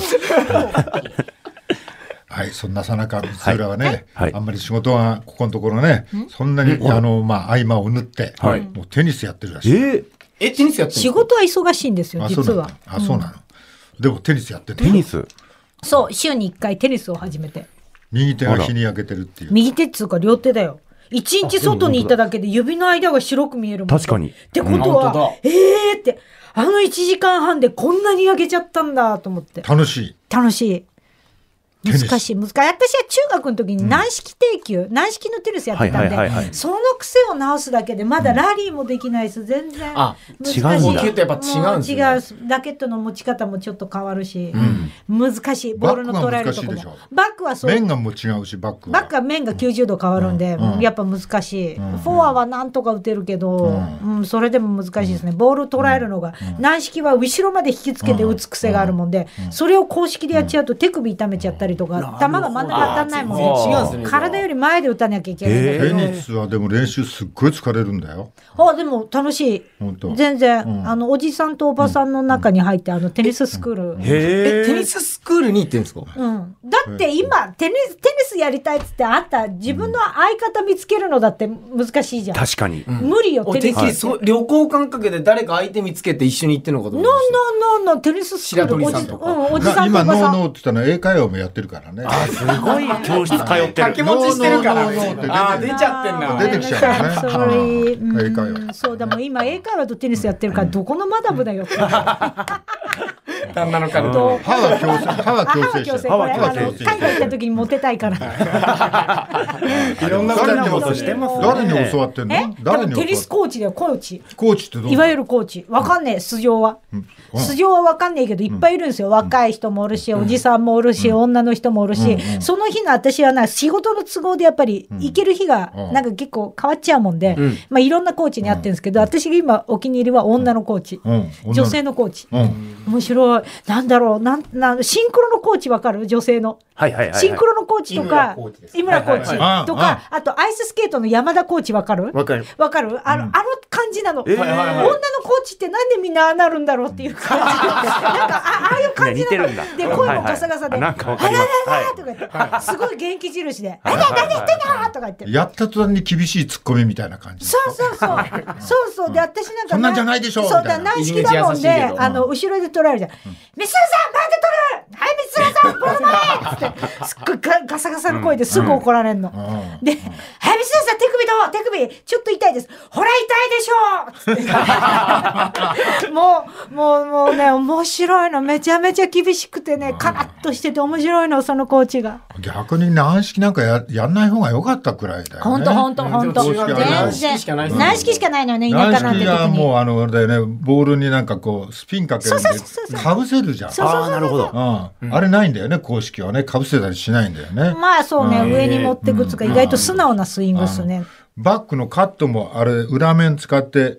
[SPEAKER 2] い、そんなさなか、光浦はね、
[SPEAKER 6] はい
[SPEAKER 2] あんまり仕事はここのところね、そんなに、あの、まあ、合間を縫って、
[SPEAKER 6] はい
[SPEAKER 2] もうテニスやってるらしい。
[SPEAKER 6] え
[SPEAKER 5] えテニスやってん
[SPEAKER 3] 仕
[SPEAKER 5] の
[SPEAKER 3] 事は忙しいんですよ、
[SPEAKER 2] あ、そう
[SPEAKER 3] 実
[SPEAKER 2] なの
[SPEAKER 3] は。。
[SPEAKER 2] あ、そうなの。でもテニスやってる
[SPEAKER 6] テニス。
[SPEAKER 3] そう、週に1回テニスを始めて。
[SPEAKER 2] 右手が日に焼けてるっていう。
[SPEAKER 3] 右手っつうか両手だよ。一日外にいただけで指の間が白く見えるもんね
[SPEAKER 6] 確かに
[SPEAKER 3] ってこと
[SPEAKER 5] うん本
[SPEAKER 3] は、ええーって、あの1時間半でこんなに焼けちゃったんだと思って。
[SPEAKER 2] 楽しい。
[SPEAKER 3] 楽しい。難しい難しい私は中学の時に軟式定球、軟式のテニスやってたんで、
[SPEAKER 6] はいはいはいはい
[SPEAKER 3] その癖を直すだけでまだラリーもできないし全然難
[SPEAKER 5] あ
[SPEAKER 3] し
[SPEAKER 6] 違う
[SPEAKER 3] い
[SPEAKER 6] んだ
[SPEAKER 5] 高級ってやっぱ違うんですね
[SPEAKER 3] もう違うしラケットの持ち方もちょっと変わるし、難しいボールの捉えるとこも
[SPEAKER 2] バックは難しいでしょ
[SPEAKER 3] バックはそう
[SPEAKER 2] 面がもう違うしバックは
[SPEAKER 3] バックは面が90度変わるんで、
[SPEAKER 2] うん
[SPEAKER 3] やっぱ難しい、フォアはなんとか打てるけど、うんそれでも難しいですねボール捉えるのが、軟式は後ろまで引きつけて打つ癖があるもんで、それを公式でやっちゃうと手首痛めちゃったりとか、球が真ん中当たんないもん
[SPEAKER 5] 全然違うんですね
[SPEAKER 3] ね
[SPEAKER 5] じゃあ
[SPEAKER 3] 体より前で打たなきゃいけないんだけど、
[SPEAKER 2] テニスはでも練習すっごい疲れるんだよ
[SPEAKER 3] あでも楽しい
[SPEAKER 2] 本当
[SPEAKER 3] 全然、
[SPEAKER 2] ん
[SPEAKER 3] あのおじさんとおばさんの中に入って、あのテニススクール、
[SPEAKER 5] え、テニススクールに行ってんですか
[SPEAKER 3] うん、だって今テニス、テニスやりたいっつってあった自分の相方見つけるのだって難しいじゃん。
[SPEAKER 6] 確かに。
[SPEAKER 3] 無理よ、
[SPEAKER 5] お
[SPEAKER 3] テ
[SPEAKER 5] てっ
[SPEAKER 3] ニ
[SPEAKER 5] きり
[SPEAKER 3] ス。
[SPEAKER 5] そう旅行感覚で誰か相手見つけて一緒に行ってんのかと
[SPEAKER 3] ノ
[SPEAKER 5] 思
[SPEAKER 3] ン
[SPEAKER 5] いました
[SPEAKER 3] ノンノンノンテニススクール
[SPEAKER 5] 白
[SPEAKER 3] お
[SPEAKER 5] 鳥さん
[SPEAKER 3] じ,、
[SPEAKER 5] と
[SPEAKER 3] う
[SPEAKER 5] か
[SPEAKER 3] ん、おじ
[SPEAKER 2] な
[SPEAKER 3] さんと
[SPEAKER 2] 今
[SPEAKER 3] お
[SPEAKER 2] ノ
[SPEAKER 3] ばさ
[SPEAKER 2] ー
[SPEAKER 3] ん。
[SPEAKER 2] ノーって言ったら英会話もやってるからね
[SPEAKER 6] すごい教室通って
[SPEAKER 5] 掛け持ちしてるから
[SPEAKER 2] ノーノーノーノーって出て
[SPEAKER 5] ね
[SPEAKER 2] る
[SPEAKER 5] あー出ちゃってん
[SPEAKER 2] ノ
[SPEAKER 5] な
[SPEAKER 2] ー出てきちゃうね
[SPEAKER 3] Sorry
[SPEAKER 2] うん英会
[SPEAKER 3] う
[SPEAKER 2] 話
[SPEAKER 3] んそうだもん今英会話とテニスやってるからどこのマダムだよって。
[SPEAKER 5] 旦那の彼と
[SPEAKER 3] と
[SPEAKER 2] 歯は矯正歯は
[SPEAKER 3] 母は
[SPEAKER 2] 矯正し
[SPEAKER 3] 強制
[SPEAKER 2] て
[SPEAKER 3] これ
[SPEAKER 6] は
[SPEAKER 3] あ
[SPEAKER 6] 矯
[SPEAKER 3] の
[SPEAKER 6] 正
[SPEAKER 3] 海外行った時にモテたいから。
[SPEAKER 5] いろんな
[SPEAKER 2] 誰に
[SPEAKER 5] こと
[SPEAKER 2] 教わ
[SPEAKER 5] を
[SPEAKER 2] って
[SPEAKER 5] して
[SPEAKER 2] ん
[SPEAKER 5] ま
[SPEAKER 2] の
[SPEAKER 5] す
[SPEAKER 2] 誰に教わってん
[SPEAKER 3] え
[SPEAKER 2] の？
[SPEAKER 3] 多
[SPEAKER 2] 誰
[SPEAKER 3] 分
[SPEAKER 2] に教
[SPEAKER 3] テニ
[SPEAKER 2] わっ
[SPEAKER 3] スコーチだよコーチ。
[SPEAKER 2] コーチってどう？
[SPEAKER 3] いわゆるコーチ。わかんねえ、素性は。素性はわかんねえけど、いっぱいいるんですよ。若い人もおるし、おじさんもおるし、女の人もおるし、その日の私はな、仕事の都合でやっぱり行ける日が
[SPEAKER 2] う、ん
[SPEAKER 3] なんか結構変わっちゃうもんで、まあいろんなコーチに会ってるんですけど、私が今お気に入りは女のコーチ。
[SPEAKER 2] うん女の
[SPEAKER 3] 女性のコーチ。
[SPEAKER 2] うん
[SPEAKER 3] 面白い。なんだろう。なん、なん、シンクロのコーチわかる女性の。
[SPEAKER 6] はいはいはいはい。
[SPEAKER 3] シンクロのコーチとか、井村コーチ
[SPEAKER 2] はいはいはい
[SPEAKER 3] と
[SPEAKER 2] あ
[SPEAKER 3] か、あとアイススケートの山田コーチわかる
[SPEAKER 7] わかる。
[SPEAKER 3] わかるあの、あの感じなの、
[SPEAKER 6] えーはいはいはい
[SPEAKER 3] 女のコーチってなんでみんなああなるんだろうっていう感じなんかあああいう感じ
[SPEAKER 6] 似て
[SPEAKER 3] なの
[SPEAKER 6] るんだ。
[SPEAKER 3] で声もガサガサで
[SPEAKER 6] は
[SPEAKER 3] 「
[SPEAKER 6] いはいあなんかわかり
[SPEAKER 3] あ
[SPEAKER 6] ます。
[SPEAKER 3] ららら」と
[SPEAKER 6] は
[SPEAKER 3] か言って、すごい元気印で「あ
[SPEAKER 6] い
[SPEAKER 3] ら
[SPEAKER 6] はい
[SPEAKER 3] ら
[SPEAKER 6] はい
[SPEAKER 3] 何言ってんだ!」とか言って。
[SPEAKER 2] やった途端に厳しい突っ込みみたいな感じ。
[SPEAKER 3] そうそうそう。そうそう。で、私なんか。
[SPEAKER 2] そんなんじゃないでしょ
[SPEAKER 3] そう
[SPEAKER 2] みたい
[SPEAKER 3] だ、
[SPEAKER 2] な
[SPEAKER 3] 軟式だも
[SPEAKER 5] 入り口優し
[SPEAKER 3] んで、
[SPEAKER 5] いけど
[SPEAKER 3] あの、後ろで取られるじゃん。ミスルさん、バンド取るはい、ミスルさん、ボール前って、すっごいガガサガサの声ですぐ怒られんの。
[SPEAKER 2] う
[SPEAKER 3] で、はい、ミスルさん、手首どう手首、ちょっと痛いです。ほら、痛いでしょつってもう、もう、もうね、面白いの。めちゃめちゃ厳しくてね、カラッとしてて面白いの、そのコーチが。
[SPEAKER 2] 逆に軟式なんかややんない方が良かったくらいだよね。
[SPEAKER 3] ほんとほんとほんと。
[SPEAKER 2] でも
[SPEAKER 3] 全
[SPEAKER 2] 公式は
[SPEAKER 3] 然。
[SPEAKER 2] 軟
[SPEAKER 5] 式しかないですね
[SPEAKER 3] 軟式しかないのよね、田
[SPEAKER 2] 軟
[SPEAKER 3] 舎なんて
[SPEAKER 2] 式は
[SPEAKER 3] 特に。
[SPEAKER 2] もうあのあれだよねボールになんかこうスピンかけるんで
[SPEAKER 3] そうそうそうそう
[SPEAKER 2] かぶせるじゃん。
[SPEAKER 3] そうそうそうそう
[SPEAKER 6] ああ、なるほど。
[SPEAKER 2] うんあれないんだよね公式はねかぶせたりしないんだよね。
[SPEAKER 3] まあそうね、上に持ってくつか、意外と素直なスイングっすね。
[SPEAKER 2] バックのカットもあれ裏面使って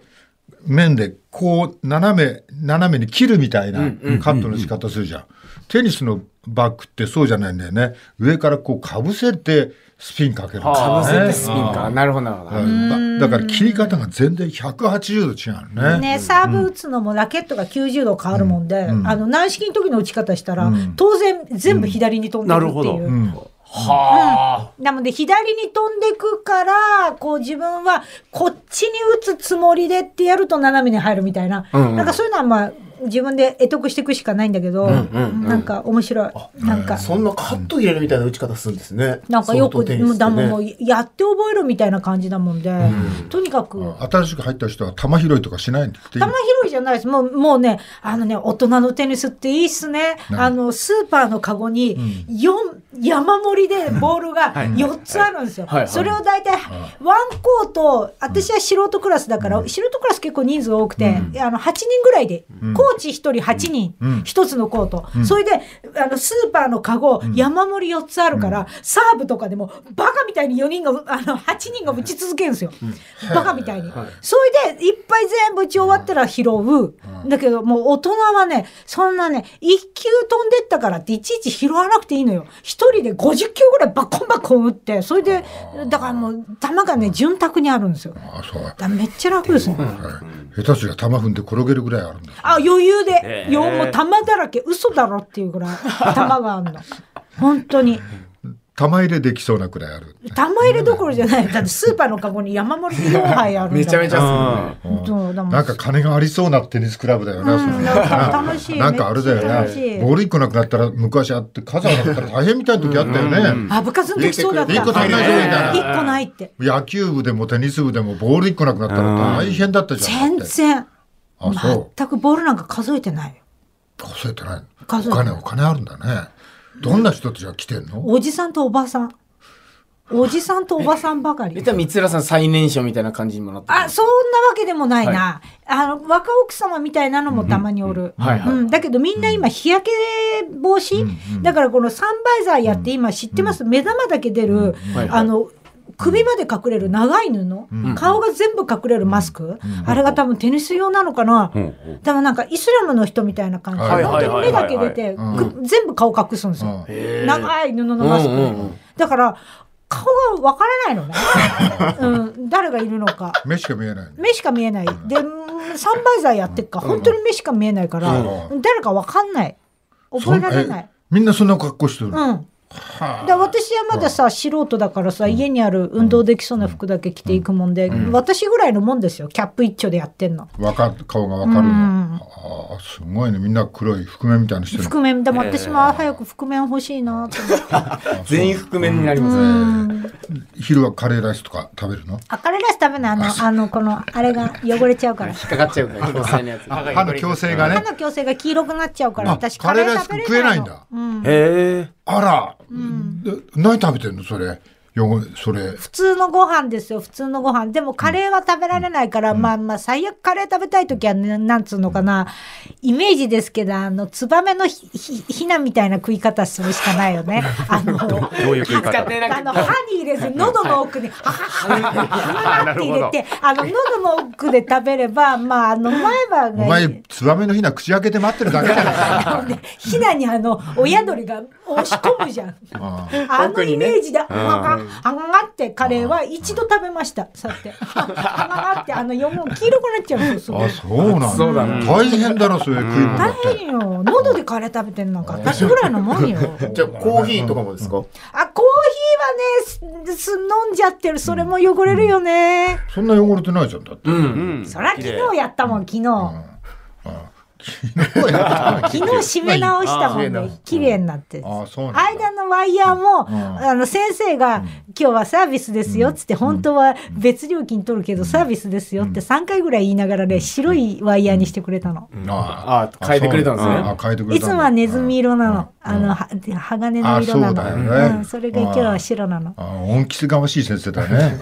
[SPEAKER 2] 面でこう斜め斜めに切るみたいなカットの仕方するじゃん。テニスのバックってそうじゃないんだよね。上からこうかぶせてスピンかけるんだよね。
[SPEAKER 5] かぶせてスピンか
[SPEAKER 2] うん
[SPEAKER 5] なるほどなるほど
[SPEAKER 2] うんだだから切り方が全然180度違うのね。
[SPEAKER 3] ね、サーブ打つのもラケットが90度変わるもんで、あの、軟式の時の打ち方したら、当然全部左に飛んでくっていう。
[SPEAKER 6] う
[SPEAKER 2] うん
[SPEAKER 5] は
[SPEAKER 3] なので、左に飛んでくから、こう自分はこっちに打つつもりでってやると斜めに入るみたいな。なんかそういうのはまあ、自分で得得していくしかないんだけど、なんか面白い。なんか。
[SPEAKER 7] そんなカット入れるみたいな打ち方するんですね。
[SPEAKER 3] なんかよく、
[SPEAKER 7] 相当テニスって
[SPEAKER 3] だもん
[SPEAKER 7] ね
[SPEAKER 3] もうやって覚えろみたいな感じだもんで、とにかく、
[SPEAKER 2] 新しく入った人は球拾いとかしないんだって
[SPEAKER 3] 球拾いじゃないです。もう、もうね、あのね、大人のテニスっていいっすね。あの、スーパーのカゴに、四、山盛りでボールが4つあるんですよ
[SPEAKER 5] はいは。い
[SPEAKER 3] それを大体、ワンコート、私は素人クラスだから、素人クラス結構人数多くて、あの、8人ぐらいで、コーチ1人8人、1つのコート。それで、あの、スーパーのカゴ、山盛り4つあるから、サーブとかでも、バカみたいに4人が、あの、8人が打ち続けるんですよ。バカみたいに。それで、いっぱい全部打ち終わったら拾う。だけど、もう大人はね、そんなね、1球飛んでったからっていちいち拾わなくていいのよ。一人で50球ぐらいバコンバコン打って、それで、だからもう、球がね、潤沢にあるんですよ。だか
[SPEAKER 2] あそう、
[SPEAKER 3] らめっちゃ楽ですね。
[SPEAKER 2] 下手すりゃ球踏んで転げるぐらいあるんだ
[SPEAKER 3] あ、余裕で
[SPEAKER 6] へ。え
[SPEAKER 3] よ、もう玉だらけ、嘘だろっていうぐらい、玉があるの。本当に。
[SPEAKER 2] 球入れできそうなくらいある
[SPEAKER 3] 玉入れどころじゃない。だってスーパーのカゴに山盛りで4杯
[SPEAKER 5] あ
[SPEAKER 3] あるんだ
[SPEAKER 5] めちゃめち
[SPEAKER 3] ゃ。
[SPEAKER 5] ゃす
[SPEAKER 3] そうだもん
[SPEAKER 2] なんか金がありそうなテニスクラブだよね、それね
[SPEAKER 3] なんか楽しい
[SPEAKER 2] なんかあれだよ
[SPEAKER 3] めっちゃ楽しい
[SPEAKER 2] ねボール一個なくなったら昔あって傘なくなったら大変みたいな時あったよね、
[SPEAKER 3] あ、部活の時そうだった。
[SPEAKER 2] 一個足りないぞみたいな
[SPEAKER 3] 一個ないって。
[SPEAKER 2] 野球部でもテニス部でもボール一個なくなったら大変だったじゃん、
[SPEAKER 3] 全
[SPEAKER 2] だって
[SPEAKER 3] 然。
[SPEAKER 2] あそう
[SPEAKER 3] 全くボールなんか数えてないよ。
[SPEAKER 2] 数えてない
[SPEAKER 3] 数え
[SPEAKER 2] お
[SPEAKER 3] てない
[SPEAKER 2] 金お金あるんだねどんな人たちが来てんの
[SPEAKER 3] おじさんとおばさん。おじさんとおばさんばかり
[SPEAKER 5] 言っ。たら三浦さん最年少みたいな感じにもなってる
[SPEAKER 3] あ、そんなわけでもないな。あの、若奥様みたいなのもたまにおる。
[SPEAKER 5] はいはい
[SPEAKER 3] うんだけどみんな今日焼け防止、だからこのサンバイザーやって今知ってます、目玉だけ出る、
[SPEAKER 5] はい
[SPEAKER 3] あの、首まで隠れる長い布、顔が全部隠れるマスク、あれが多分テニス用なのかな、
[SPEAKER 6] うんうん
[SPEAKER 3] でもなんかイスラムの人みたいな感じで、
[SPEAKER 2] はい
[SPEAKER 3] 本
[SPEAKER 6] はい
[SPEAKER 3] 当に
[SPEAKER 6] はい
[SPEAKER 3] 目だけ出て、
[SPEAKER 2] はい
[SPEAKER 3] く全部顔隠すんですよ、長い布のマスクで、
[SPEAKER 5] うんうんうん
[SPEAKER 3] だから顔がわからないのね、うん、誰がいるのか
[SPEAKER 2] 目しか見えないの
[SPEAKER 3] 目しか見えないでうんサンバイザーやってっから本当に目しか見えないから、
[SPEAKER 2] う
[SPEAKER 3] 誰かわかんない覚えられない
[SPEAKER 2] そんえみんなそんな格好してるの、
[SPEAKER 3] うんで私はまださ素人だからさ家にある運動できそうな服だけ着ていくもんで、私ぐらいのもんですよキャップ一丁でやってんの
[SPEAKER 2] わか顔がわかるの、ああすごいねみんな黒い覆面みたいにしてるの
[SPEAKER 3] 覆面でも私も早く覆面欲しいなと思って
[SPEAKER 5] 全員覆面になりますね、
[SPEAKER 2] 昼はカレーライスとか食べるの
[SPEAKER 3] あカレーライス食べ ないあのあのこのあれが汚れちゃうから
[SPEAKER 5] 引っかかっちゃうから共済のやつ
[SPEAKER 2] あ歯の矯正が
[SPEAKER 3] 歯
[SPEAKER 2] ね
[SPEAKER 3] の矯正が黄色くなっちゃうから
[SPEAKER 2] あ
[SPEAKER 3] 私
[SPEAKER 2] カ
[SPEAKER 3] カ
[SPEAKER 2] レ
[SPEAKER 3] レ
[SPEAKER 2] ーライ
[SPEAKER 3] ー
[SPEAKER 2] ス
[SPEAKER 3] 食べれ
[SPEAKER 2] 食えないん
[SPEAKER 3] の
[SPEAKER 2] だ
[SPEAKER 6] へえ。
[SPEAKER 2] あら、で何食べてんのそれよそれ
[SPEAKER 3] 普通のご飯ですよ普通のご飯でもカレーは食べられないから、まあまあ最悪カレー食べたい時は、ね、なんつうのかなイメージですけどあのツバメのひひひなみたいな食い方するしかないよねあの
[SPEAKER 6] どういう食い
[SPEAKER 5] 使
[SPEAKER 6] 方
[SPEAKER 5] ってな
[SPEAKER 3] あ
[SPEAKER 5] く
[SPEAKER 3] の歯に入れず喉の奥にハハハハハって入れてあの喉の奥で食べればまああの前歯
[SPEAKER 2] お
[SPEAKER 3] がいい
[SPEAKER 2] 前ツバメのひな口開けて待ってるだけじゃ ないか
[SPEAKER 3] ひなにあの親鳥が押し込むじゃん。
[SPEAKER 2] あ
[SPEAKER 3] あのイメージで、あがあがってカレーは一度食べました。そうやって。あががって、あの、よもう黄色くなっちゃうんですよ。
[SPEAKER 2] ああそうなん
[SPEAKER 5] そうだ
[SPEAKER 2] だ、
[SPEAKER 5] な
[SPEAKER 2] 大変だなそれ食い物だ
[SPEAKER 3] 大
[SPEAKER 2] って
[SPEAKER 3] 変よ。喉でカレー食べてんなんか、私ぐらいのもんよ。
[SPEAKER 7] じゃあコーヒーとかもですか
[SPEAKER 3] あ、コーヒーはね、すす飲んじゃってる。それも汚れるよね。
[SPEAKER 2] そんな汚れてないじゃんだって、
[SPEAKER 6] うん。
[SPEAKER 3] そら昨日やったもん、昨日。
[SPEAKER 2] あ
[SPEAKER 3] 昨日締め直したもん
[SPEAKER 7] あ
[SPEAKER 3] ね。綺麗になって。
[SPEAKER 2] あそうなんだ
[SPEAKER 3] 間のワイヤーも、あの先生が、今日はサービスですよっつって、本当は別料金取るけどサービスですよって3回ぐらい言いながらね、白いワイヤーにしてくれたの。
[SPEAKER 2] あ
[SPEAKER 5] あ変えてくれたんですね
[SPEAKER 2] そうあ変えてくれ
[SPEAKER 3] い
[SPEAKER 2] た
[SPEAKER 3] つ
[SPEAKER 2] んだ
[SPEAKER 3] もはネズミ色なの。あの、は鋼の色な
[SPEAKER 2] あそう
[SPEAKER 3] の
[SPEAKER 2] だよね
[SPEAKER 3] うん。それが今日は白なの。
[SPEAKER 2] あ恩着せがましい先生だね。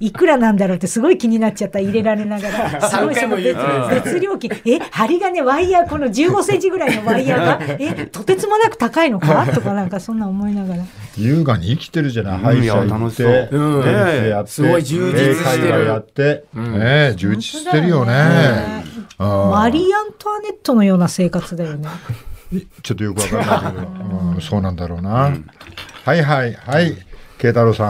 [SPEAKER 3] いくらなんだろうってすごい気になっちゃった。入れられなが ら。すごいその別別料金。え、針金、ワイヤー、この15センチぐらいのワイヤーが、え、とてつもなく高いのかとかなんかそんな思いながら。
[SPEAKER 2] 優雅に生きてるじゃない。歯
[SPEAKER 6] うん
[SPEAKER 2] 医
[SPEAKER 6] いや
[SPEAKER 2] 者行っ、
[SPEAKER 6] 楽してそう
[SPEAKER 5] うん
[SPEAKER 2] 先生やって
[SPEAKER 5] すごい充実してる
[SPEAKER 2] 英会話やって、ねえ充実してるよね。あ
[SPEAKER 3] マリー・アントワネットのような生活だよね。
[SPEAKER 2] ーちょっとよくわからないけ ど、うんそうなんだろうな。はいはいはい、慶太郎さん。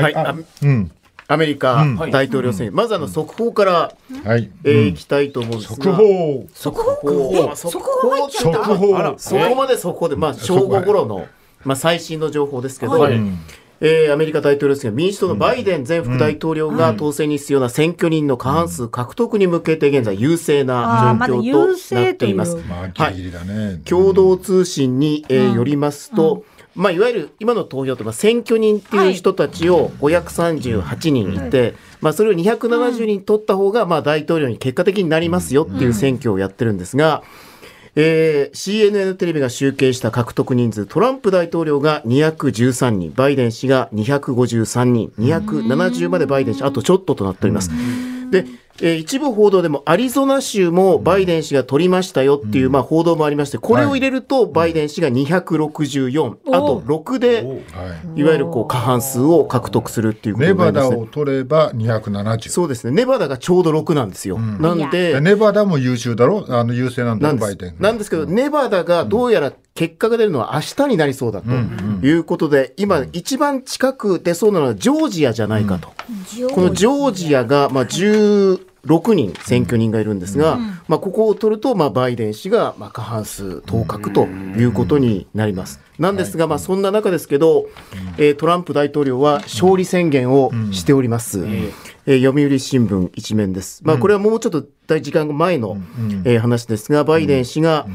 [SPEAKER 7] はい
[SPEAKER 2] あ
[SPEAKER 7] あ
[SPEAKER 2] うん
[SPEAKER 7] アメリカ大統領選、まずあの速報から、
[SPEAKER 2] はい。
[SPEAKER 7] え
[SPEAKER 2] う
[SPEAKER 7] ー
[SPEAKER 2] ん
[SPEAKER 7] いきたいと思うんですが
[SPEAKER 2] 速報
[SPEAKER 3] 速報え速報入っちゃっ
[SPEAKER 2] 速
[SPEAKER 3] た
[SPEAKER 2] 報
[SPEAKER 7] あらそこまで速報で、まあ、正午頃の、まあ、最新の情報ですけど、えーアメリカ大統領選が民主党のバイデン前副大統領が当選に必要な選挙人の過半数獲得に向けて現在優勢
[SPEAKER 3] あー
[SPEAKER 7] な
[SPEAKER 3] まだ
[SPEAKER 7] 状
[SPEAKER 3] 優
[SPEAKER 7] 況とな
[SPEAKER 3] 勢
[SPEAKER 7] っ
[SPEAKER 3] と
[SPEAKER 7] て
[SPEAKER 3] い
[SPEAKER 7] いうます。
[SPEAKER 2] まあギリギリだね。
[SPEAKER 7] 共同通信に、えーよりますと、まあ、いわゆる今の投票って、まあ、選挙人っていう人たちを538人いて、まあ、それを270人取った方が、まあ、大統領に結果的になりますよっていう選挙をやってるんですが、えー CNN テレビが集計した獲得人数、トランプ大統領が213人、バイデン氏が253人、270までバイデン氏、あとちょっととなっております。で、えー一部報道でもアリゾナ州もバイデン氏が取りましたよっていう、まあ、報道もありまして、これを入れるとバイデン氏が264、あと6
[SPEAKER 2] は
[SPEAKER 7] で、
[SPEAKER 2] い。
[SPEAKER 7] いわゆるこう過半数を獲得するっていうこと
[SPEAKER 2] ネ
[SPEAKER 7] にな
[SPEAKER 2] バ
[SPEAKER 7] りま
[SPEAKER 2] ダ
[SPEAKER 7] す、ね
[SPEAKER 2] を。取れば270。
[SPEAKER 7] そうですね。ネバダがちょうど6なんですよ。なんで、
[SPEAKER 2] ネバダも優秀だろあの優勢なんだ
[SPEAKER 7] な
[SPEAKER 2] よ
[SPEAKER 7] んで
[SPEAKER 2] バ
[SPEAKER 7] す
[SPEAKER 2] イデンが
[SPEAKER 7] なんですけど、ネバダがどうやら結果が出るのは明日になりそうだということで、今、一番近く出そうなのはジョージアじゃないかと。このジョージアが、まあ、16人、選挙人がいるんですが、まあ、ここを取ると、まあ、バイデン氏が、まあ、過半数当確ということになります。なんですが、まあ、そんな中ですけど、えートランプ大統領は勝利宣言をしております。えー読売新聞一面です。まあ、これはもうちょっと時間前の、えー話ですが、バイデン氏が、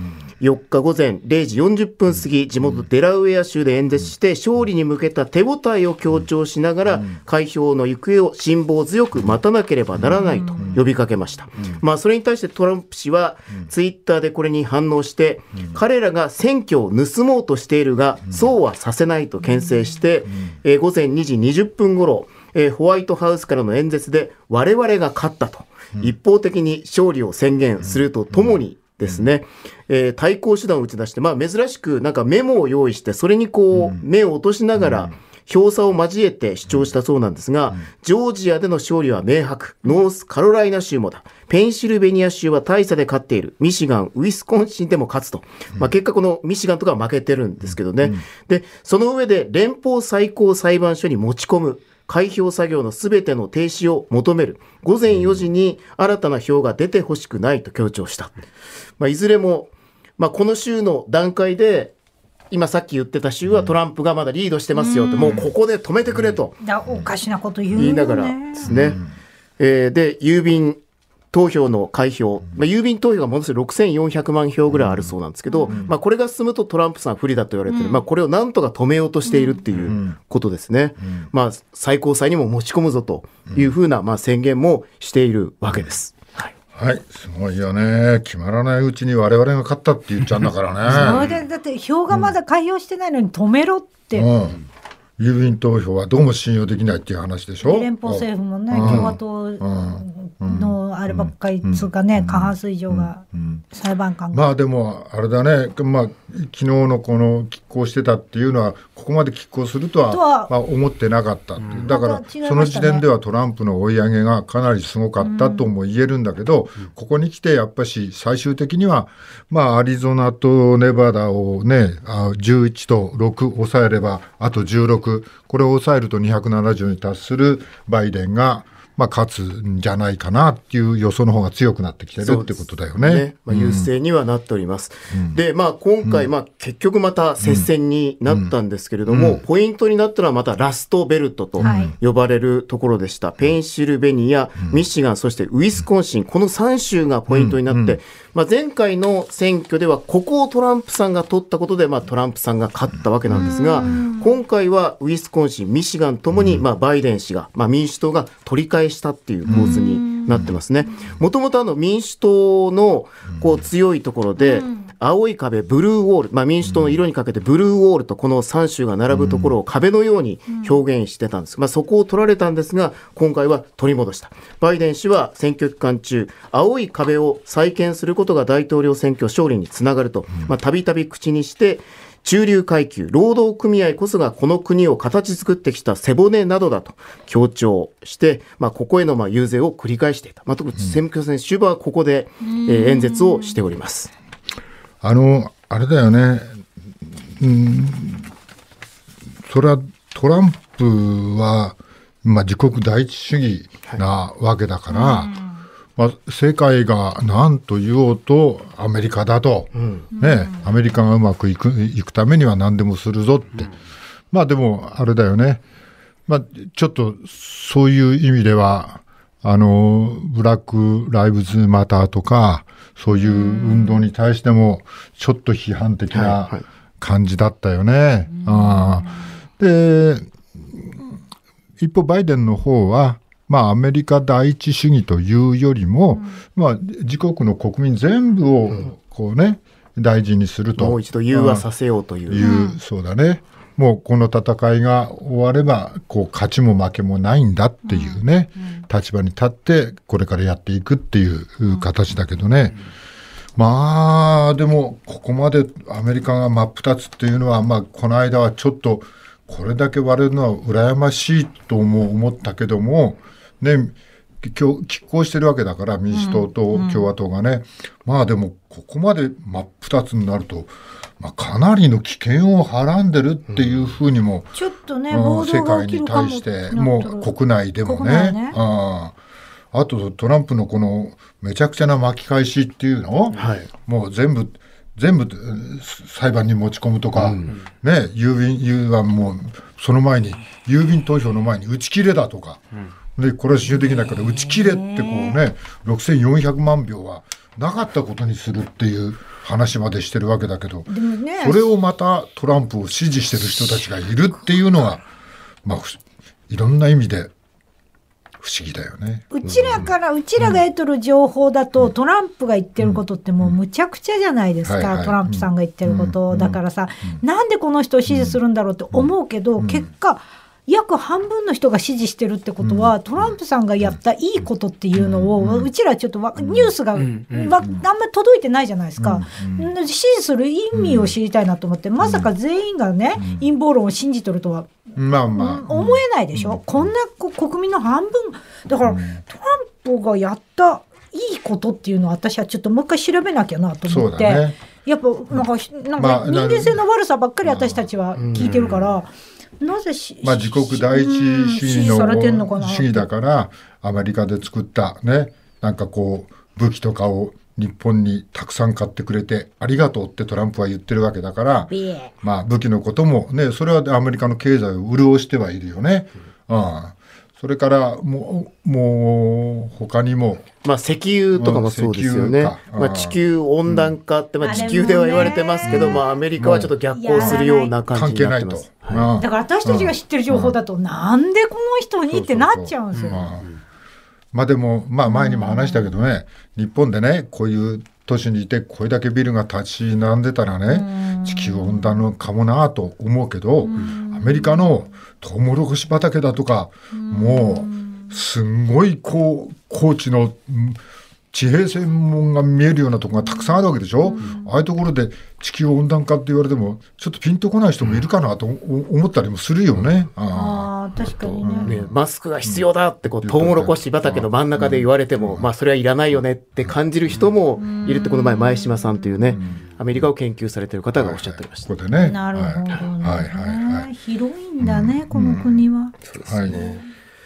[SPEAKER 7] 4日午前0時40分過ぎ、地元デラウェア州で演説して、勝利に向けた手応えを強調しながら、開票の行方を辛抱強く待たなければならないと呼びかけました。まあ、それに対してトランプ氏は、ツイッターでこれに反応して、彼らが選挙を盗もうとしているが、そうはさせないと牽制して、えー午前2時20分頃、えーホワイトハウスからの演説で我々が勝ったと、一方的に勝利を宣言するとともにですね、えー対抗手段を打ち出して、まあ珍しくなんかメモを用意して、それにこう目を落としながら、票差を交えて主張したそうなんですが、ジョージアでの勝利は明白、ノースカロライナ州もだ、ペンシルベニア州は大差で勝っている、ミシガン、ウィスコンシンでも勝つと、まあ、結果、このミシガンとかは負けてるんですけどね、でその上で連邦最高裁判所に持ち込む。開票作業のすべての停止を求める。午前4時に新たな票が出てほしくないと強調した。まあ、いずれも、まあ、この週の段階で、今さっき言ってた州はトランプがまだリードしてますよって、もうここで止めてくれと
[SPEAKER 3] だおかしなこと言うよ、ね、
[SPEAKER 7] 言いながらですね。えーで、郵便投票の開票、まあ、郵便投票がものすごい6400万票ぐらいあるそうなんですけど、まあ、これが進むとトランプさん不利だと言われてる、まあ、これをなんとか止めようとしているっていうことですね。まあ、最高裁にも持ち込むぞというふうな、まあ、宣言もしているわけです。はい
[SPEAKER 2] はい、すごいよね。決まらないうちに我々が勝ったって言っちゃうんだから
[SPEAKER 3] それ
[SPEAKER 2] ね。
[SPEAKER 3] でだって票がまだ開票してないのに止めろって、
[SPEAKER 2] うん。郵便投票はどうも信用できないっていう話でしょ。
[SPEAKER 3] 連邦政府もね、共和党のあればっかりつうかね、過半数以上が裁判官が、
[SPEAKER 2] まあでも、あれだね、まあ、昨日のこの拮抗してたっていうのは、ここまで拮抗するとは
[SPEAKER 3] とは
[SPEAKER 2] まあ、思ってなかったっていう、だから、
[SPEAKER 3] また違いましたね
[SPEAKER 2] その時点ではトランプの追い上げがかなりすごかったとも言えるんだけど、ここに来て、やっぱし最終的には、まあ、アリゾナとネバダをね、あ11と6抑えれば、あと16、これを抑えると270に達するバイデンが、まあ、勝つんじゃないかなっていう予想の方が強くなってきてるってことだよね。
[SPEAKER 7] まあ、優勢にはなっております。で、まあ、今回、まあ、結局また接戦になったんですけれども、ポイントになったのはまたラストベルトと
[SPEAKER 3] はい
[SPEAKER 7] 呼ばれるところでした。ペンシルベニア、ミシガン、そしてウィスコンシン、この3州がポイントになって、まあ、前回の選挙では、ここをトランプさんが取ったことで、まあ、トランプさんが勝ったわけなんですが、今回はウィスコンシン、ミシガンともに、まあ、バイデン氏が、まあ、民主党が取り返したっていう構図になってますね。もともとあの民主党のこう強いところで、青い壁、ブルーウォール、まあ、民主党の色にかけてブルーウォールとこの3州が並ぶところを壁のように表現してたんです、まあ、そこを取られたんですが、今回は取り戻した、バイデン氏は選挙期間中、青い壁を再建することが大統領選挙勝利につながると、まあたびたび口にして、中流階級、労働組合こそがこの国を形作ってきた背骨などだと強調して、まあ、ここへのまあ遊説を繰り返していた。まあ、特に選挙戦終盤はここで、えー演説をしております。
[SPEAKER 2] あの、あれだよね、うん、それはトランプは、まあ、自国第一主義なわけだから、まあ、世界が何と言おうとアメリカだと、ね、アメリカがうまくいくいくためには何でもするぞって、まあでもあれだよね、まあ、ちょっとそういう意味ではあのブラック・ライブズ・マターとかそういう運動に対してもちょっと批判的な
[SPEAKER 7] はいはい
[SPEAKER 2] 感じだったよね。ああで一方バイデンの方は、まあ、アメリカ第一主義というよりも、まあ、自国の国民全部をこう、ね大事にすると。
[SPEAKER 7] もう一度融和させようという。
[SPEAKER 2] いう、そうだね。もうこの戦いが終われば、こう、勝ちも負けもないんだっていうね、立場に立って、これからやっていくっていうう形だけどね。まあ、でも、ここまでアメリカが真っ二つっていうのは、まあ、この間はちょっと、これだけ割れるのは羨ましいとも思ったけども、ね、今日拮抗してるわけだから民主党と共和党がね、まあでもここまで真っ二つになると、まあ、かなりの危険をはらんでるっていうふうにも、
[SPEAKER 3] ちょっとね、
[SPEAKER 2] うん
[SPEAKER 3] 暴動
[SPEAKER 2] 世
[SPEAKER 3] が
[SPEAKER 2] 界
[SPEAKER 3] 起き
[SPEAKER 2] に
[SPEAKER 3] るかも
[SPEAKER 2] 対
[SPEAKER 3] っ
[SPEAKER 2] して
[SPEAKER 3] なっててる
[SPEAKER 2] もう国内でも
[SPEAKER 3] 国
[SPEAKER 2] ね
[SPEAKER 3] 内ね
[SPEAKER 2] あああとトランプのこのめちゃくちゃな巻き返しっていうの、
[SPEAKER 7] はい
[SPEAKER 2] もう全部全部うん裁判に持ち込むとか、ね郵便郵便もうその前に郵便投票の前に打ち切れだとか、でこれは使用できないから打ち切れってこうね6400万票はなかったことにするっていう話までしてるわけだけど、
[SPEAKER 3] でもね
[SPEAKER 2] それをまたトランプを支持してる人たちがいるっていうのは、まあ、ふしいろんな意味で不思議だよね。
[SPEAKER 3] うちらから、うちらが得とる情報だと、トランプが言ってることってもうむちゃくちゃじゃないです
[SPEAKER 2] はいは
[SPEAKER 3] か、
[SPEAKER 2] い
[SPEAKER 3] トランプさんが言ってること、だからさ、なんでこの人を支持するんだろうって思うけど、結果、約半分の人が支持してるってことは、トランプさんがやったいいことっていうのを、うちらちょっとわニュースが、わあんま届いてないじゃないですか、支持する意味を知りたいなと思って、まさか全員がね、陰謀論を信じとるとは
[SPEAKER 2] まあまあ、
[SPEAKER 3] 思えないでしょ、こんなこ国民の半分だから、トランプがやったいいことっていうのは私はちょっともう一回調べなきゃなと思
[SPEAKER 2] そ
[SPEAKER 3] って、
[SPEAKER 2] うだね
[SPEAKER 3] やっぱなんか,ひ、なん
[SPEAKER 2] まあ
[SPEAKER 3] か人間性の悪さばっかり私たちは聞いてるから、なぜし、
[SPEAKER 2] まあ、自国第一
[SPEAKER 3] うん
[SPEAKER 2] 主義の
[SPEAKER 3] されてんのかな
[SPEAKER 2] 主義だからアメリカで作ったねなんかこう武器とかを日本にたくさん買ってくれてありがとうってトランプは言ってるわけだから、
[SPEAKER 3] いえ
[SPEAKER 2] まあ、武器のこともねそれはアメリカの経済を潤してはいるよね。うんそれからもうもう他にも
[SPEAKER 7] まあ、石油とかもそうですよね、
[SPEAKER 2] うん石油か
[SPEAKER 7] まあ、地球温暖化って、まあ、地球では言われてますけど、まあ、アメリカはちょっと逆行するような感
[SPEAKER 2] 関係
[SPEAKER 7] じにな
[SPEAKER 2] な
[SPEAKER 7] っ
[SPEAKER 2] い
[SPEAKER 7] てま
[SPEAKER 2] と
[SPEAKER 7] す。。
[SPEAKER 2] うん
[SPEAKER 3] だから私たちが知ってる情報だと、なんでこの人にってなっちゃうんですよ。
[SPEAKER 2] まあ、まあでも、まあ前にも話したけどね、日本でね、こういう都市にいて、これだけビルが立ち並んでたらね、地球温暖のかもなぁと思うけど、アメリカのトウモロコシ畑だとか、もう、すんごいこう、高地の、うん地平線門が見えるようなところがたくさんあるわけでしょ、ああいうところで地球温暖化って言われてもちょっとピンとこない人もいるかなと思ったりもするよね。ああ
[SPEAKER 3] ああ確かにね
[SPEAKER 7] ね、マスクが必要だってこう、トウモロコシ畑の真ん中で言われても、まあ、それはいらないよねって感じる人もいるって、この前、前島さんというね、アメリカを研究されてる方がおっしゃってました。
[SPEAKER 2] ここでね。
[SPEAKER 3] なるほどね、
[SPEAKER 2] はいはいはいはい
[SPEAKER 3] 広いんだね、この国は。
[SPEAKER 2] はい、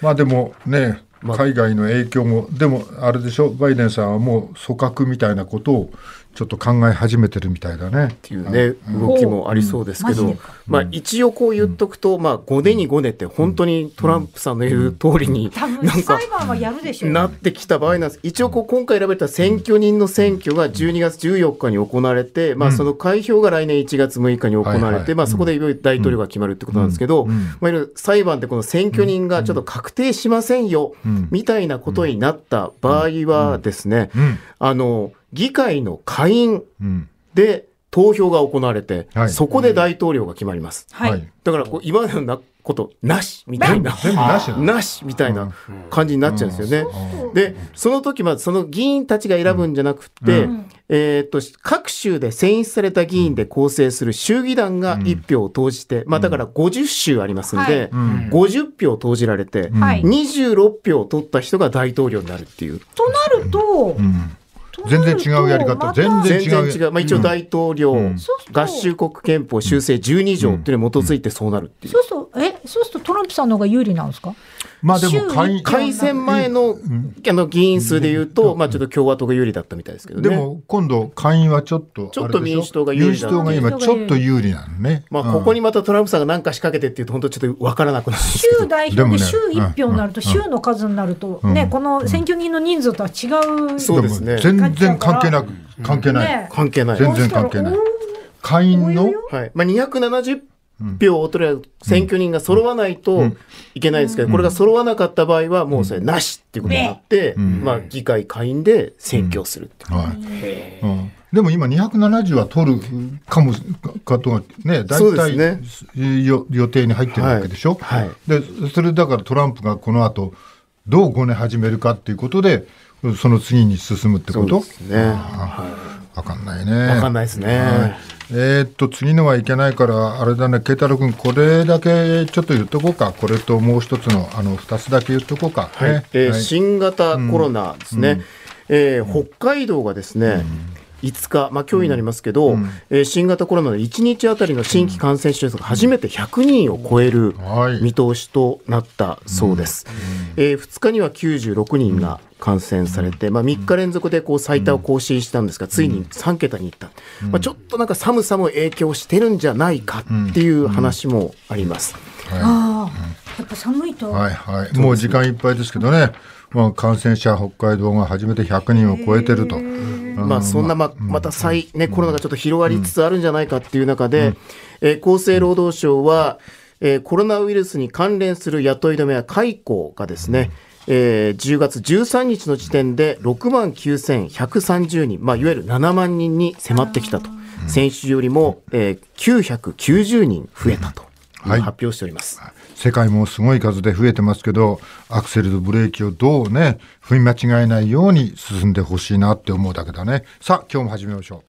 [SPEAKER 2] まあでもね、海外の影響も、でもあれでしょ、バイデンさんはもう組閣みたいなことをちょっと考え始めてるみたいだね。
[SPEAKER 7] っていうね、動きもありそうですけ
[SPEAKER 3] うんマ
[SPEAKER 7] ど
[SPEAKER 3] ジで、
[SPEAKER 7] まあ一応こう言っとくと、まあ5年に5年って本当にトランプさんの言う通りに、
[SPEAKER 3] 多分
[SPEAKER 7] なんか
[SPEAKER 3] 裁判はやるでしょうね
[SPEAKER 7] なってきた場合なんです。一応こう今回選ばれた選挙人の選挙が12月14日に行われて、まあその開票が来年1月6日に行
[SPEAKER 2] は
[SPEAKER 7] わ
[SPEAKER 2] い
[SPEAKER 7] れ
[SPEAKER 2] はい
[SPEAKER 7] て、まあそこでいよいよ大統領が決まるってことなんですけど、まあいわゆる裁判でこの選挙人がちょっと確定しませんよ、みたいなことになった場合はですね、あの、議会の下院、
[SPEAKER 2] うん、
[SPEAKER 7] で投票が行われて、
[SPEAKER 2] はい
[SPEAKER 7] そこで大統領が決まります。
[SPEAKER 3] はい、
[SPEAKER 2] はい
[SPEAKER 7] だからこう今までのなことなしみたいな、
[SPEAKER 2] 全部なしなの
[SPEAKER 7] なしみたいな感じになっちゃうんですよね。
[SPEAKER 2] う
[SPEAKER 7] で、その時まずその議員たちが選ぶんじゃなくて、えーっと、各州で選出された議員で構成する州議団が1票を投じて、まあだから50州ありますん
[SPEAKER 3] は
[SPEAKER 7] で
[SPEAKER 3] い、
[SPEAKER 2] ん
[SPEAKER 7] 50票投じられて、
[SPEAKER 3] はい
[SPEAKER 7] 26票取った人が大統領になるっていう。
[SPEAKER 3] となると、
[SPEAKER 2] ん
[SPEAKER 3] となると
[SPEAKER 2] 全然違うやり方
[SPEAKER 3] また
[SPEAKER 2] 全然
[SPEAKER 7] 全然違う。まあ一応大統領合衆国憲法修正12条っていうのに基づいてそうなるっていう。
[SPEAKER 3] そうするとえそうするとトランプさんの方が有利なんですか
[SPEAKER 2] まあで
[SPEAKER 3] 週
[SPEAKER 2] も
[SPEAKER 3] に
[SPEAKER 2] 会
[SPEAKER 7] 改選前のあの議員数で言うと、まあちょっと共和党が有利だったみたいですけど
[SPEAKER 2] で
[SPEAKER 7] ね。
[SPEAKER 2] も今度会員はちょっと
[SPEAKER 7] ちょっと
[SPEAKER 2] あれでし
[SPEAKER 7] 民主党が有利だ
[SPEAKER 2] 民主党が今ちょっと有利なのね。
[SPEAKER 7] まあここにまたトランプさんが何か仕掛けてっていうと本当ちょっとわからなくなるんですけ
[SPEAKER 3] 州
[SPEAKER 7] ど。
[SPEAKER 3] 代
[SPEAKER 2] で
[SPEAKER 3] 表
[SPEAKER 2] も
[SPEAKER 3] で
[SPEAKER 2] ね
[SPEAKER 3] 州1票になると、
[SPEAKER 2] うんうん
[SPEAKER 3] 州の数になると、ねこの選挙人の人数とは違う
[SPEAKER 7] そうですね
[SPEAKER 2] も全然関係なく関係ない。
[SPEAKER 3] ね
[SPEAKER 7] 関係ない。
[SPEAKER 2] 全然関係ない
[SPEAKER 3] そうし
[SPEAKER 2] 会員の
[SPEAKER 7] はい。まあ270票を取れる選挙人が揃わないといけないんですけど、これが揃わなかった場合はもうそれなしっていうことになって、まあ議会下院で選挙をするっていう。
[SPEAKER 2] はい。うんでも今270は取るかもかとがね、
[SPEAKER 7] そ
[SPEAKER 2] 大体、
[SPEAKER 7] うで
[SPEAKER 2] よ予定に入ってるわけでしょ、
[SPEAKER 7] はいは
[SPEAKER 2] でそれだからトランプがこの後どう5年始めるかっていうことで、その次に進むってこ
[SPEAKER 7] そう
[SPEAKER 2] と
[SPEAKER 7] ですね。わ
[SPEAKER 2] わかんないね。
[SPEAKER 7] かんないですね。
[SPEAKER 2] えーっと次のはいけないからあれだね慶太郎君これだけちょっと言っとこうかこれともう一つのあの2つだけ言っとこうか、
[SPEAKER 7] はい
[SPEAKER 2] ね
[SPEAKER 7] えー
[SPEAKER 2] はい
[SPEAKER 7] 新型コロナですね、えー北海道がですね、5日、まあ今日になりますけど、えー新型コロナの1日あたりの新規感染者数が初めて100人を超える
[SPEAKER 2] はい
[SPEAKER 7] 見通しとなったそうです。え2日には96人が感染されて、まあ、3日連続でこう最多を更新したんですが、ついに3桁にいった、まあ、ちょっとなんか寒さも影響してるんじゃないかっていう話もあります。
[SPEAKER 3] ああぱ寒いと。
[SPEAKER 2] はいはい。もう時間いっぱいですけどね。まあ、感染者、北海道が初めて100人を超えてると。
[SPEAKER 7] まあ、そんなままた再、ね、コロナがちょっと広がりつつあるんじゃないかっていう中で、えー厚生労働省は、えーコロナウイルスに関連する雇い止めや解雇がですね、えー10月13日の時点で6万9130人、まあ、いわゆる7万人に迫ってきたと、先週よりも、えー990人増えたという
[SPEAKER 2] はい
[SPEAKER 7] 発表しております。
[SPEAKER 2] 世界もすごい数で増えてますけど、アクセルとブレーキをどうね、踏み間違えないように進んでほしいなって思うだけだね。さあ、今日も始めましょう。